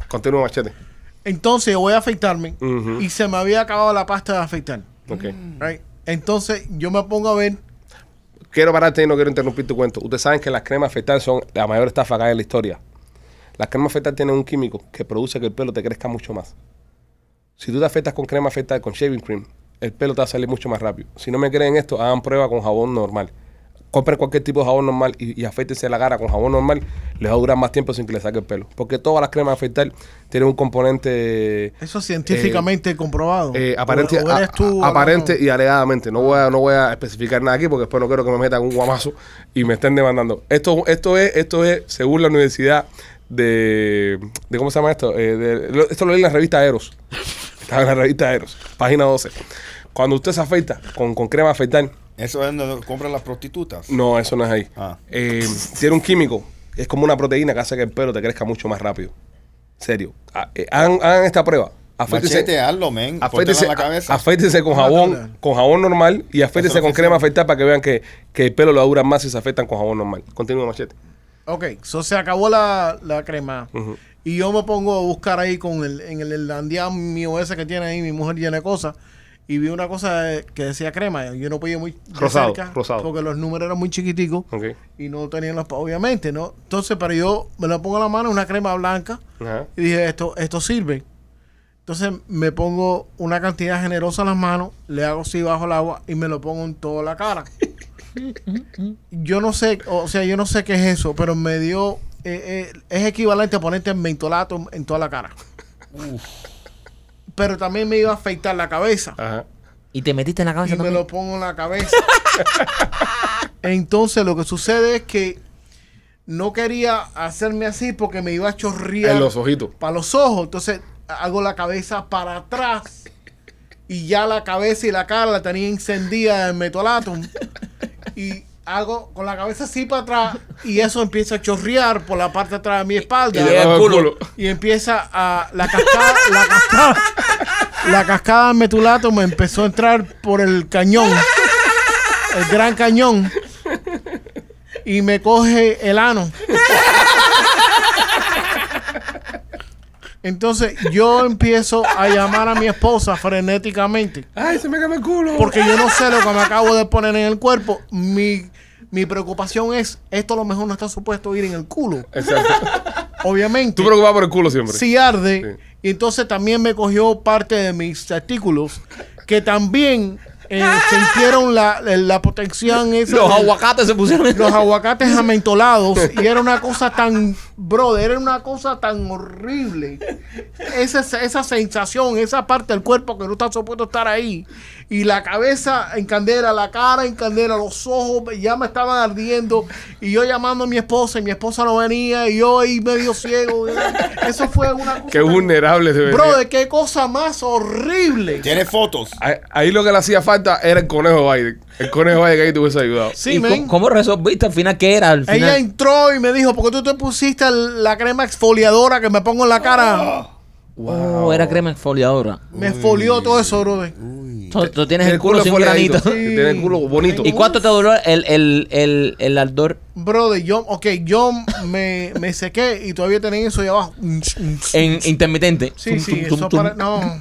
A: Continúa, machete.
C: Entonces yo voy a afeitarme
A: Ujú.
C: y se me había acabado la pasta de afeitar.
A: Ok.
C: right? Entonces yo me pongo a ver.
A: Quiero pararte y no quiero interrumpir tu cuento. Ustedes saben que las cremas afeitar son la mayor estafa que hay en la historia. Las cremas afeitar tienen un químico que produce que el pelo te crezca mucho más. Si tú te afeitas con crema afeitar, con shaving cream, el pelo te va a salir mucho más rápido. Si no me creen esto, hagan prueba con jabón normal. Compren cualquier tipo de jabón normal y, y afeítense la cara con jabón normal. Les va a durar más tiempo sin que les saque el pelo. Porque todas las cremas afeitar tienen un componente
C: Eso es científicamente comprobado.
A: eh, aparente,
C: O- o eres
A: a-
C: tú,
A: a-
C: o
A: aparente
C: no.
A: y alegadamente. No voy, a, no voy a especificar nada aquí porque después no quiero que me metan un guamazo y me estén demandando. Esto, esto es, esto es, según la universidad de, de ¿cómo se llama esto? Eh, de- lo- esto lo leí en la revista Eros. Estaba en la revista Eros, página 12. Cuando usted se afeita con, con crema afeitar,
D: Eso es donde compran las prostitutas.
A: no, eso no es ahí.
D: Ah.
A: Eh, tiene un químico, es como una proteína que hace que el pelo te crezca mucho más rápido. Serio. Ah, eh, hagan, hagan esta prueba. Afeítense-
D: Machete, hazlo, men. Póntelo
A: Afeítese,
D: en la cabeza.
A: a- afeítese con jabón,
C: Natural.
A: con jabón normal y
D: Eso
A: afeítese
D: es lo
A: con
D: que
A: crema
D: sea.
A: afeitada para que vean que, que el pelo lo dura más si se afeitan con jabón normal. Continúa, machete.
C: Ok, so se acabó la, la crema.
A: Ujú.
C: Y yo me pongo a buscar ahí con el, en el irlandián mío ese que tiene ahí, mi mujer llena de cosas. Y vi una cosa de- que decía crema. Yo no podía muy de
A: Rosado, rosado.
C: Porque los números eran muy chiquiticos.
A: Ok.
C: Y no tenían los... pa- Obviamente, ¿no? Entonces, pero yo me la pongo en la mano, una crema blanca.
A: Ajá.
C: Y dije, esto, esto sirve. Entonces me pongo una cantidad generosa en las manos, le hago así bajo el agua y me lo pongo en toda la cara. yo no sé, o sea, yo no sé qué es eso, pero me dio, eh, eh, es equivalente a ponerte mentolato en toda la cara. Pero también me iba a afeitar la cabeza
A: Ajá.
B: ¿Y te metiste en la
C: y
B: cabeza
C: me
B: también?
C: lo pongo en la cabeza. Entonces lo que sucede es que no quería hacerme así porque me iba a chorrear
A: En los ojitos.
C: para los ojos. Entonces hago la cabeza para atrás y ya la cabeza y la cara la tenía encendida en metolatum. Y hago con la cabeza así para atrás y eso empieza a chorrear por la parte de atrás de mi espalda.
A: Y
C: Y,
A: le da el culo.
C: empieza a la cascada, la cascada, la cascada de metolatum me empezó a entrar por el cañón, el gran cañón. Y me coge el ano. Entonces yo empiezo a llamar a mi esposa frenéticamente.
A: Ay, se me quema el culo.
C: Porque yo no sé lo que me acabo de poner en el cuerpo. Mi, mi preocupación es, esto a lo mejor no está supuesto ir en el culo.
A: Exacto.
C: Obviamente.
A: Tú preocupas por el culo siempre.
C: Si arde.
A: Sí.
C: Y entonces también me cogió parte de mis artículos que también eh, sintieron la, la protección esa
B: Los
C: del-
B: aguacates se pusieron en
C: los aguacates amentolados y era una cosa tan, brother, era una cosa tan horrible. Esa, esa sensación, esa parte del cuerpo que no está supuesto estar ahí. Y la cabeza en candela, la cara en candela, los ojos ya me estaban ardiendo. Y yo llamando a mi esposa y mi esposa no venía y yo ahí medio ciego. Eso fue una cosa...
A: Qué
C: tan-
A: vulnerable se ve.
C: Brother, qué cosa más horrible.
D: Tiene fotos.
A: Ahí, ahí lo que le hacía falta era el conejo Biden. El conejo Biden que ahí te hubiese ayudado.
C: Sí,
B: ¿Y
C: men.
B: cómo, cómo resolviste al final qué era? Al final?
C: Ella entró y me dijo, ¿por qué tú te pusiste la crema exfoliadora que me pongo en la cara?
B: Oh, era crema exfoliadora.
C: Me exfolió todo eso, brother.
B: Tú, tú tienes el, culo, sin
A: folladito.
B: granito.
A: Sí, Tiene el culo bonito.
B: ¿Y cuánto te duró el, el, el, el ardor?
C: Brother, yo, ok, yo me, me sequé y todavía tenía eso ahí abajo.
B: En intermitente.
C: Sí,
B: Tum,
C: sí,
B: tum, tum,
C: eso
B: tum.
C: para... No,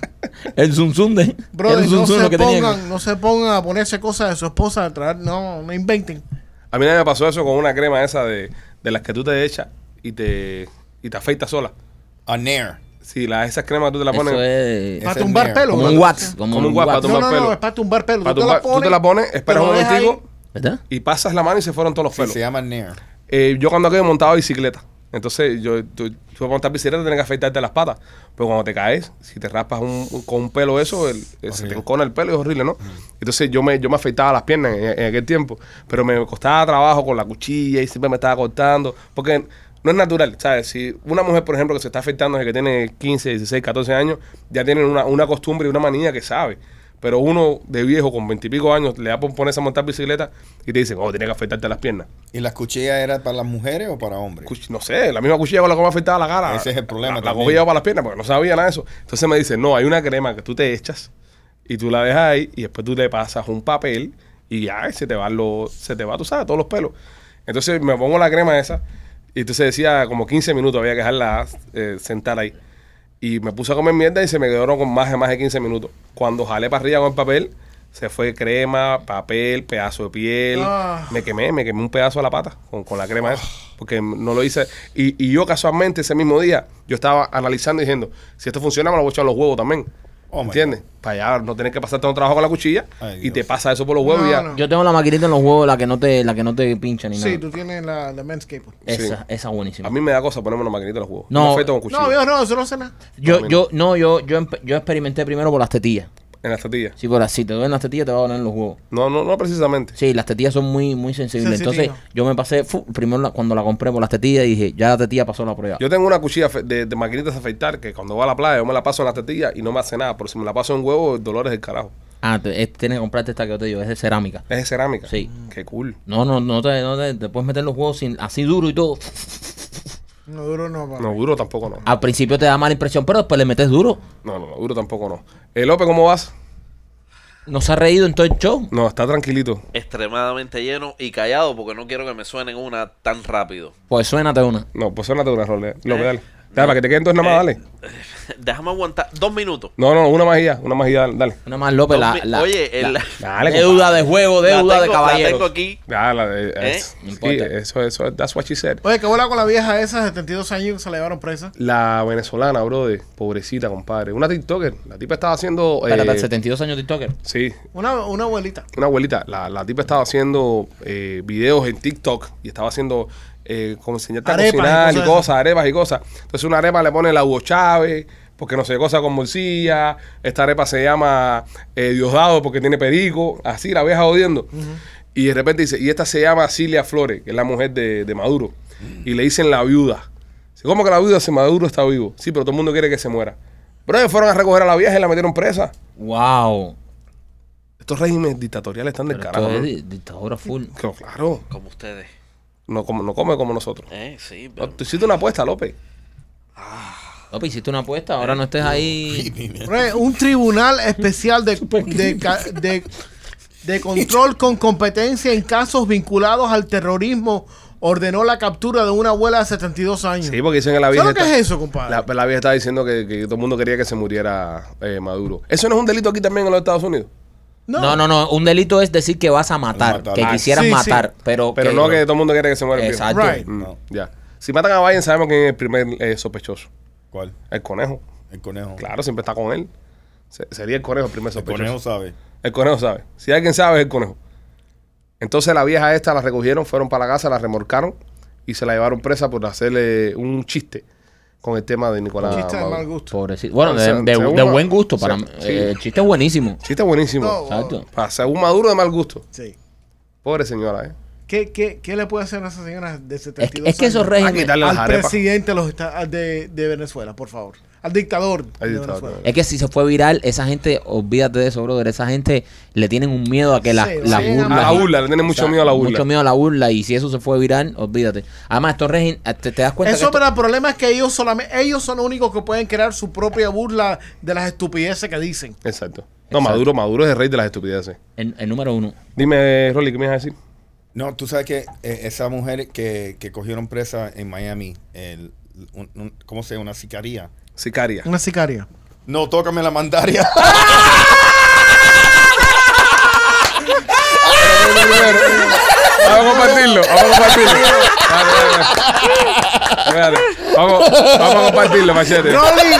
B: El zum zum de.
C: brother,
B: el zum
C: no
B: zum
C: se
B: lo que tenía.
C: pongan, no se pongan a ponerse cosas de su esposa detrás. No, no inventen.
A: A mí nadie me pasó eso con una crema esa de, de las que tú te echas y te, y te afeitas sola.
D: A Nair.
A: Si la, esas cremas tú te las pones.
B: Eso es
C: Para
D: Ese es
C: tumbar
D: mío.
C: pelo.
B: como un
C: brother.
B: watts. Como,
A: Como un
B: un
A: watts,
B: watts.
A: para
C: No, no, no,
A: pelo.
C: es para tumbar pelo.
A: Pa'
C: tú,
A: tumbar-
C: te la pones,
A: esperas
C: te lo
A: un
C: dejas
A: momentico
B: ¿Verdad?
A: y pasas la mano y se fueron todos los
D: Sí,
A: pelos.
D: se llama Nair.
A: Eh, yo cuando quedé montado bicicleta, entonces yo, tú, tú vas a montar bicicleta tienes que afeitarte las patas, pero cuando te caes, si te raspas un- un- con un pelo eso, el- eh, se te encona el pelo, es horrible, ¿no? Entonces yo me, yo me afeitaba las piernas en, en aquel tiempo, pero me costaba trabajo con la cuchilla y siempre me estaba cortando, porque no es natural, ¿sabes? Si una mujer, por ejemplo, que se está afeitando desde que tiene 15, 16, 14 años, ya tienen una, una costumbre y una manía que sabe. Pero uno de viejo con veintipico años le da por ponerse a montar bicicleta y te dicen, oh, tienes que afeitarte las piernas.
D: ¿Y las cuchillas eran para las mujeres o para hombres?
A: Cuch- no sé, la misma cuchilla con la que me afeitaba la cara.
D: Ese es el problema
A: La, la
D: también.
A: cogía para las piernas porque no sabía nada de eso. Entonces me dice, no, hay una crema que tú te echas y tú la dejas ahí y después tú le pasas un papel y ya se te van los, se te va, tú sabes, todos los pelos. Entonces me pongo la crema esa y entonces decía como 15 minutos había que dejarla eh, sentar ahí. Y me puse a comer mierda y se me quedaron con más de más de 15 minutos. Cuando jalé para arriba con el papel, se fue crema, papel, pedazo de piel.
C: Ah.
A: Me quemé, me quemé un pedazo de la pata con, con la crema esa. Porque no lo hice. Y, y yo casualmente ese mismo día, yo estaba analizando y diciendo, si esto funciona, me lo voy a echar a los huevos también.
D: Oh my
A: ¿Entiendes? Para allá no tener que pasar tanto trabajo con la cuchilla
D: Ay,
A: y te
D: Dios.
A: pasa eso por los huevos
C: No,
A: y ya.
C: no.
B: Yo tengo la maquinita en los huevos, la que no te, la que no te pincha ni
C: Sí,
B: nada.
C: tú tienes la, pues. la Manscaped.
B: Esa,
A: Sí.
B: esa buenísima.
A: A mí me da cosa ponerme una maquinita en los huevos.
B: No.
A: No, afecto con cuchilla.
C: No, Dios, no, eso no hace nada.
A: a
B: yo,
A: mí
B: yo, no, yo, yo, empe- yo experimenté primero por las tetillas.
A: en las tetillas.
B: Sí, por así, te duelen las tetillas, te va a doler en los huevos.
A: No, no, no precisamente.
B: Sí, las tetillas son muy, muy sensibles.
C: Sensitivo.
B: Entonces, yo me pasé, fu, primero la- cuando la compré por las tetillas, dije, ya la tetilla pasó la prueba.
A: Yo tengo una cuchilla fe- de, de maquinitas de afeitar que cuando voy a la playa yo me la paso en las tetillas y no me hace nada. Pero si me la paso en huevo, el dolor es del carajo.
B: Ah, te- es- tienes que comprarte esta que yo te digo, es de cerámica.
A: Es de cerámica.
B: Sí.
A: Qué cool.
B: No, no, no te, no te, te puedes meter los huevos sin, así duro y todo.
C: No duro, no, papá.
A: No, duro tampoco no.
B: Al principio te da mala impresión, pero después le metes duro.
A: No, no, no, duro tampoco no. Eh, López, ¿cómo vas?
B: No se ha reído en todo el show.
A: No, está tranquilito.
E: Extremadamente lleno y callado porque no quiero que me suenen una tan rápido.
B: Pues suénate una.
A: No, pues suénate una rol. eh. López,
E: Eh,
A: dale. Dale, para que te queden dos nada más,
E: Eh,
A: dale.
E: Déjame aguantar dos minutos.
A: No, no, una más y ya, una más y ya, dale.
B: Una más López,
E: Dos
B: la,
E: mi-
B: la-
E: Oye, el-
B: la-
A: Dale,
B: deuda de juego,
E: La
B: deuda de
E: tengo- la
B: caballero.
E: tengo aquí.
A: Ya, la de-
E: ¿Eh?
A: es-
B: No
A: sí,
B: importa.
A: eso, eso, that's what she said.
C: Oye, ¿qué bola con la vieja esa de 72 años que se la llevaron presa?
A: La venezolana, brother, pobrecita, compadre. Una TikToker. La tipa estaba haciendo. eh,
B: Espérate, 72 años TikToker.
A: sí,
C: Una, una abuelita.
A: una abuelita. La, la tipa estaba haciendo eh, videos en TikTok y estaba haciendo eh, como enseñarte
C: Arepas y
A: a cocinar y
C: cosas
A: cosas,
C: de
A: arepas y cosas. Entonces, una arepa le pone la Hugo Chávez porque no sé, cosa con morcilla. Esta arepa se llama eh, Diosdado porque tiene perico. Así, la vieja jodiendo. Y de repente dice, y esta se llama Cilia Flores, que es la mujer de, de Maduro.
B: Mm.
A: Y le dicen la viuda. Dice, ¿Cómo que la viuda si Maduro está vivo? Sí, pero todo el mundo quiere que se muera. Pero ellos fueron a recoger a la vieja y la metieron presa.
B: Wow.
A: Estos regímenes dictatoriales están del
B: Pero
A: carajo.
B: esto es
A: ¿no?
B: di- dictadura full.
A: Claro, Claro,
E: Como ustedes.
A: no come, no come como nosotros.
E: Eh, sí,
A: No,
E: pero-
A: tú hiciste una apuesta, López.
B: López, hiciste una apuesta, ahora no estés ahí.
C: Oye, Un tribunal especial de, de, ca- de- de control con competencia en casos vinculados al terrorismo ordenó la captura de una abuela de 72 años.
A: Sí, porque dicen que la
C: ¿Sabes
A: vieja.
C: lo que
A: está-
C: es eso, compadre?
A: La, la vieja está diciendo que, que todo el mundo quería que se muriera eh, Maduro. ¿Eso no es un delito aquí también en los Estados Unidos?
B: No, no, no. Un delito es decir que vas a matar,
D: Matar.
B: que
D: Ah,
B: quisieras
C: sí, sí.
B: matar, pero.
A: Pero no que todo el mundo quiere que se muera. el viejo.
B: Exacto.
C: Right.
A: Mm,
D: No.
A: Ya. Si matan a Biden, sabemos quién es el primer eh, sospechoso.
D: ¿Cuál?
A: El conejo.
D: El conejo.
A: Claro, siempre está con él. Se- sería el conejo el primer
D: El
A: sospechoso.
D: conejo sabe.
A: El conejo sabe. Si alguien sabe, es el conejo. Entonces la vieja esta la recogieron, fueron para la casa, la remorcaron y se la llevaron presa por hacerle un chiste con el tema de Nicolás.
C: Chiste de
A: Maduro.
C: mal gusto.
B: Pobrecito. Bueno, de,
A: Se-
B: de-
A: según
B: de
A: la-
B: buen gusto. Para,
A: se- sí.
B: eh, el chiste es buenísimo.
A: Chiste buenísimo.
C: No,
B: Exacto.
A: Para ser un maduro de mal gusto.
C: Sí.
A: Pobre señora, ¿eh?
C: ¿Qué, qué, qué le puede hacer a esa señora de
B: Es,
C: 72
B: que- es que esos
C: años?
A: Hay
B: regímenes.
A: quitarle las
C: al
A: arepas.
C: presidente de, los esta- de, de Venezuela, por favor. Al dictador
A: Al
C: de
A: dictador.
C: Venezuela.
B: Es que si se fue viral, esa gente, olvídate de eso, brother. Esa gente le tienen un miedo a que la,
C: Sí,
B: la
C: sí,
A: A
B: burla.
A: la burla, le tiene mucho miedo a la burla.
B: Mucho miedo a la burla. Y si eso se fue viral, olvídate. Además, estos regímenes. ah, Te, te das cuenta que
C: Eso,
B: esto-
C: pero el problema es que ellos solamente, ellos son los únicos que pueden crear su propia burla de las estupideces que dicen.
A: Exacto. No, Maduro, Maduro es el rey de las estupideces.
B: el, el número uno.
A: Dime, Rolly, ¿qué me ibas a decir?
D: No, tú sabes que eh, esa mujer que, que cogieron presa en Miami, el, un- un- ¿cómo se llama? Una sicaría.
A: Sicaria.
C: Una sicaria.
D: No, tócame la mandaria.
A: Vamos a compartirlo, vamos a compartirlo. Dale, dale, dale. Dale, Vamos, vamos a compartirlo, machete.
C: Rolly,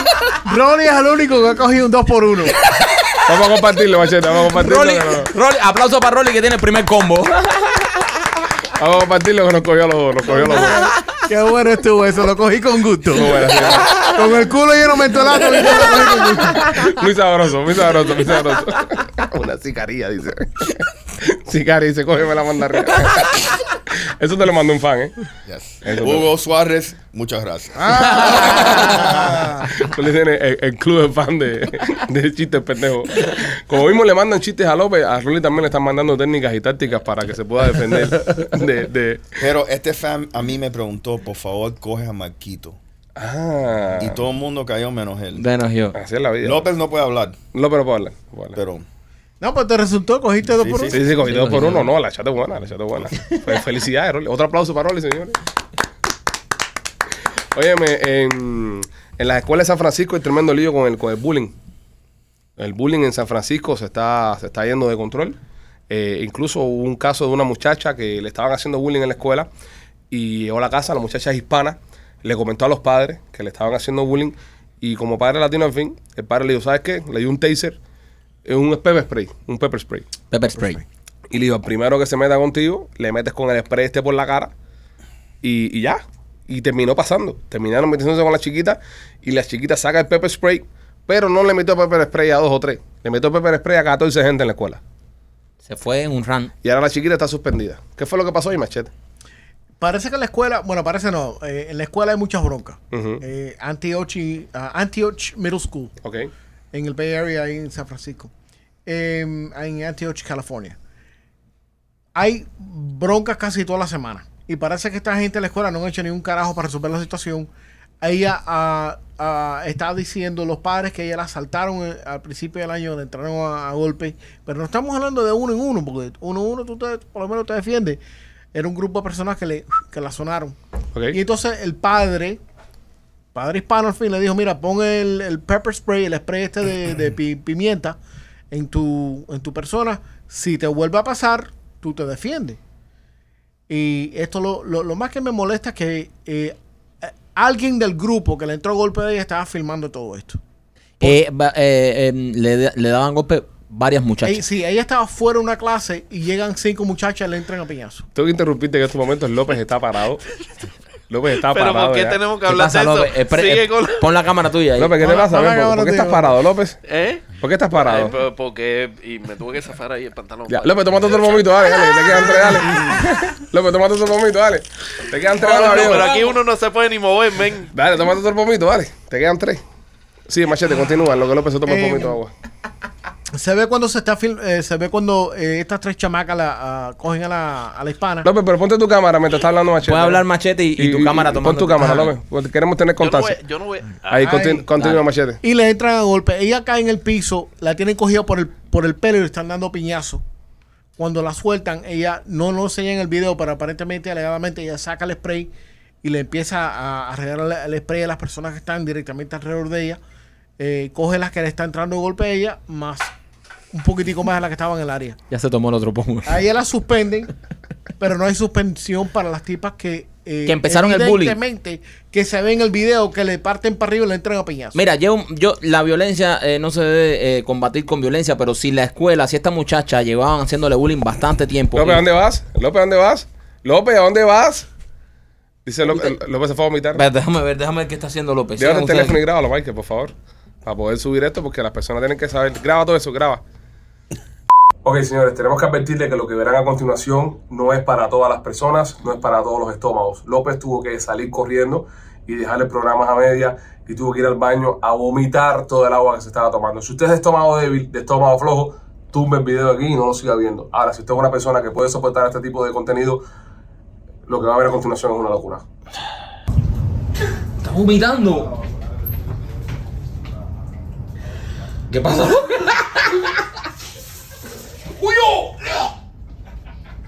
C: Rolly es el único que ha cogido un 2 por 1
A: Vamos a compartirlo, machete. Vamos a compartirlo.
B: Rolly,
A: que no-
B: Rolly, aplauso para Rolly que tiene el primer combo.
A: Vamos a compartirlo que nos cogió a los dos. Nos cogió a los dos.
C: Qué bueno estuvo eso, lo cogí con gusto.
A: Muy buena, sí.
C: Con el culo lleno de mentolato. yo lo cogí con gusto.
A: Muy sabroso, muy sabroso, muy sabroso. Una sicaría, dice. Sicaria, dice, cógeme la mandarina. Eso te lo mandó un fan, ¿eh?
D: Yes.
A: Eso
D: Hugo Suárez, muchas gracias.
C: Ah.
A: Tú le tienes el, el club de fan de, de chistes pendejos. Como mismo le mandan chistes a López, a Rulli también le están mandando técnicas y tácticas para que se pueda defender de... de
D: Pero este fan a mí me preguntó, por favor, coge a Marquito.
A: Ah.
D: Y todo el mundo cayó menos él.
B: Menos yo.
A: Así es la vida.
D: López no puede hablar,
A: López no puedo hablar. no puedo hablar.
D: pero
C: No, pues te resultó, cogiste dos
D: Sí,
C: por
D: sí,
C: uno.
A: Sí, sí, cogí
B: Sí,
A: dos por
B: cogí
A: uno.
B: dos.
A: No, la chata es buena, la chata es buena. Fe- Felicidades, Rolly. Otro aplauso para Rolly, señores. Óyeme, en, en las escuelas de San Francisco hay tremendo lío con el, con el bullying. El bullying en San Francisco se está, se está yendo de control. Eh, incluso hubo un caso de una muchacha que le estaban haciendo bullying en la escuela y llegó a la casa, la muchacha es hispana, le comentó a los padres que le estaban haciendo bullying y como padre latino, al fin, el padre le dijo, ¿sabes qué? Le dio un taser, eh, un pepper spray, un pepper spray.
B: Pepper spray.
A: Y le digo, al primero que se meta contigo, le metes con el spray este por la cara y, y ya. Y terminó pasando. Terminaron metiéndose con la chiquita y la chiquita saca el pepper spray, pero no le metió pepper spray a dos o tres. Le metió pepper spray a 14 gente en la escuela.
B: Se fue en un run.
A: Y ahora la chiquita está suspendida. ¿Qué fue lo que pasó ahí, Machete?
C: Parece que en la escuela, bueno, parece no, eh, en la escuela hay muchas broncas.
A: Ujú.
C: Eh, Antioch, y- ah, Antioch Middle School,
A: Ok.
C: en el Bay Area, ahí en San Francisco, eh, en Antioch, California. Hay broncas casi toda la semana. Y parece que esta gente en la escuela no han hecho ni un carajo para resolver la situación. Ella ah, ah, está diciendo los padres que ella la asaltaron eh, al principio del año, le entraron a, a golpe. Pero no estamos hablando de uno en uno, porque uno en uno tú te- por lo menos te defiendes. Era un grupo de personas que, le, que la sonaron.
A: Ok.
C: Y entonces el padre, padre hispano al fin, le dijo, mira, pon el, el pepper spray, el spray este de, de pi- pimienta en tu, en tu persona. Si te vuelve a pasar, tú te defiendes. Y esto lo, lo- lo más que me molesta es que eh, eh, alguien del grupo que le entró golpe de ella estaba filmando todo esto.
B: Eh, va- eh, em, le, le daban golpe varias muchachas.
C: Ey, sí, ella estaba fuera de una clase y llegan cinco muchachas y le entran a piñazo.
A: Tengo que interrumpirte que en estos momentos López está parado. López está
E: Pero
A: parado.
E: ¿por qué
A: ya.
E: tenemos que
B: ¿Qué
E: hablar
B: pasa,
E: de eso?
B: López? Eh, pre-
E: Sigue
B: eh,
E: con...
B: Pon la cámara tuya ahí.
A: López, ¿qué te
C: Hola,
A: pasa?
C: hola,
A: ven? ¿Por, por qué
C: cabrón,
A: estás
C: tío.
A: parado, López?
E: ¿Eh?
A: ¿Por qué estás
E: Ay,
A: parado?
E: pero porque y me tuve que zafar ahí el pantalón.
A: Ya, López, tomate otro pomito, dale, dale, que te quedan tres, dale. López, tomate otro pomito, dale. Te quedan tres,
E: No, no,
A: dale.
E: pero aquí uno no se puede ni mover, men.
A: Dale, tomate otro pomito, dale. Te quedan tres. Sí, machete, continúa, en lo que López se toma el pomito de agua.
C: Se ve cuando se está fil- eh, se ve cuando eh, estas tres chamacas la, ah, cogen a la, a la hispana.
A: López, pero ponte tu cámara mientras está hablando machete.
B: Puede hablar machete y, y tu cámara tomando.
A: Pon tu cámara, López, porque queremos tener
E: Yo no
A: constancia.
E: voy. Yo no voy
A: Ahí, conti-
C: Ay,
A: continúa, machete.
C: Y le entran a golpe. Ella cae en el piso, la tienen cogida por el, por el pelo y le están dando piñazo. Cuando la sueltan, ella no lo enseña en el video, pero aparentemente, alegadamente, ella saca el spray y le empieza a, a regalar el spray a las personas que están directamente alrededor de ella. Eh, coge las que le está entrando golpe a ella, más un poquitico más a las que estaban en el área.
B: Ya se tomó el otro pomo.
C: A ella la suspenden, pero no hay suspensión para las tipas que. eh,
B: Que empezaron el bullying.
C: evidentemente, que se ve en el video que le parten para arriba y le entran a piñazo.
B: Mira, yo, yo la violencia eh, no se debe eh, combatir con violencia, pero si la escuela, si esta muchacha llevaban haciéndole bullying bastante tiempo.
A: López,
B: y-
A: ¿a dónde vas? López, ¿a dónde vas? López, ¿a dónde vas? Dice López, López se fue a vomitar.
B: Espérate, déjame ver, déjame ver qué está haciendo López.
A: Llévate
B: Sigan
A: el
B: ustedes.
A: teléfono y grábalo, Michael, por favor. Para poder subir esto, porque las personas tienen que saber. Graba todo eso, graba. Ok, señores, tenemos que advertirle que lo que verán a continuación no es para todas las personas, no es para todos los estómagos. López tuvo que salir corriendo y dejar el programa a media y tuvo que ir al baño a vomitar todo el agua que se estaba tomando. Si usted es de estómago débil, de estómago flojo, tumbe el video aquí y no lo siga viendo. Ahora, si usted es una persona que puede soportar este tipo de contenido, lo que va a ver a continuación es una locura.
B: Está vomitando. ¿Qué pasa?
F: ¡Cuyo!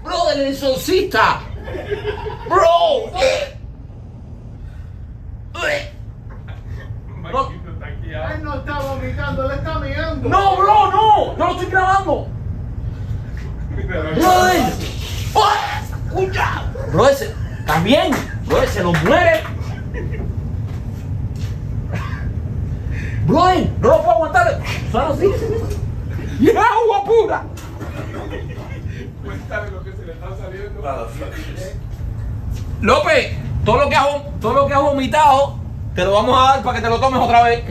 F: ¡Bro, del exorcista! ¡Bro!
C: Él no está vomitando, él está mirando.
F: ¡No, bro, no! ¡No lo estoy grabando! ¡Brother! ¡Ah! ¡Escucha! ¡Brother, se- ¿estás bien? ¡Brother, se nos muere! ¡Brother, no lo puedo aguantar! ¡Son así! ¡Y es agua pura! Cuéntame lo que se le está saliendo. López, todo lo que has, vom- todo lo que has vomitado, te lo vamos a dar para que te lo tomes otra vez.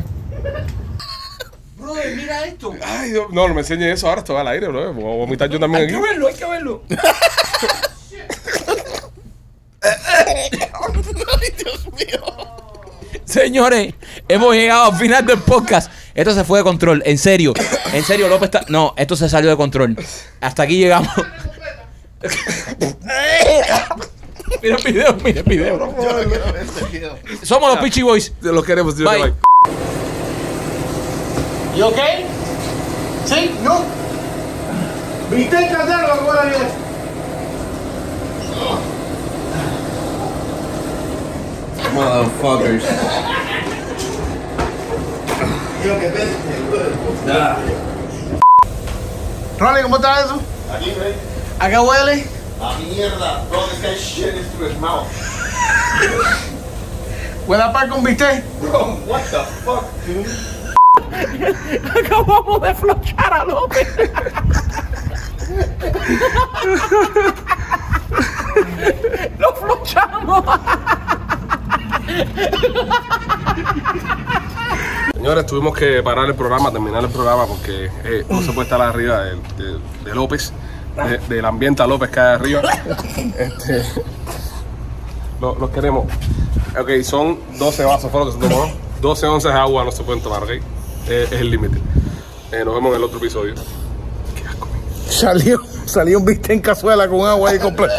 F: Brother, mira esto.
A: Ay, Dios, no, no me enseñes eso ahora, esto va al aire, bro. Voy a vomitar yo también
F: Hay
A: aquí.
F: que verlo, hay que verlo.
B: Señores, hemos llegado al final del podcast. Esto se fue de control, en serio. En serio, López está... No, esto se salió de control. Hasta aquí llegamos.
F: Mira el video, mira el video. Somos los Peachy Boys.
A: Los queremos, tío.
F: Bye.
A: Bye.
C: ¿Y ok? ¿Sí? ¿No? ¿Viste el candado con la vida?
G: Motherfuckers.
C: Ronnie, ¿cómo está eso? ¿A qué huele?
D: A mierda, bro, this guy's shit is through his mouth.
C: ¿Huele a par con bistec?
D: Bro, what the fuck, dude?
F: Acabamos de flochar a López. Lo flochamos.
A: Señores, tuvimos que parar el programa, terminar el programa porque eh, no se puede estar arriba del- del- de, López, de- del ambiente a López que hay arriba. Este, lo- los queremos. Ok, son 12 vasos, fue lo que se tomó. ¿no? 12 onzas de agua no se pueden tomar, ¿ok? Eh, es el límite. Eh, nos vemos en el otro episodio.
C: Salió, salió un bistec en cazuela con agua y completo.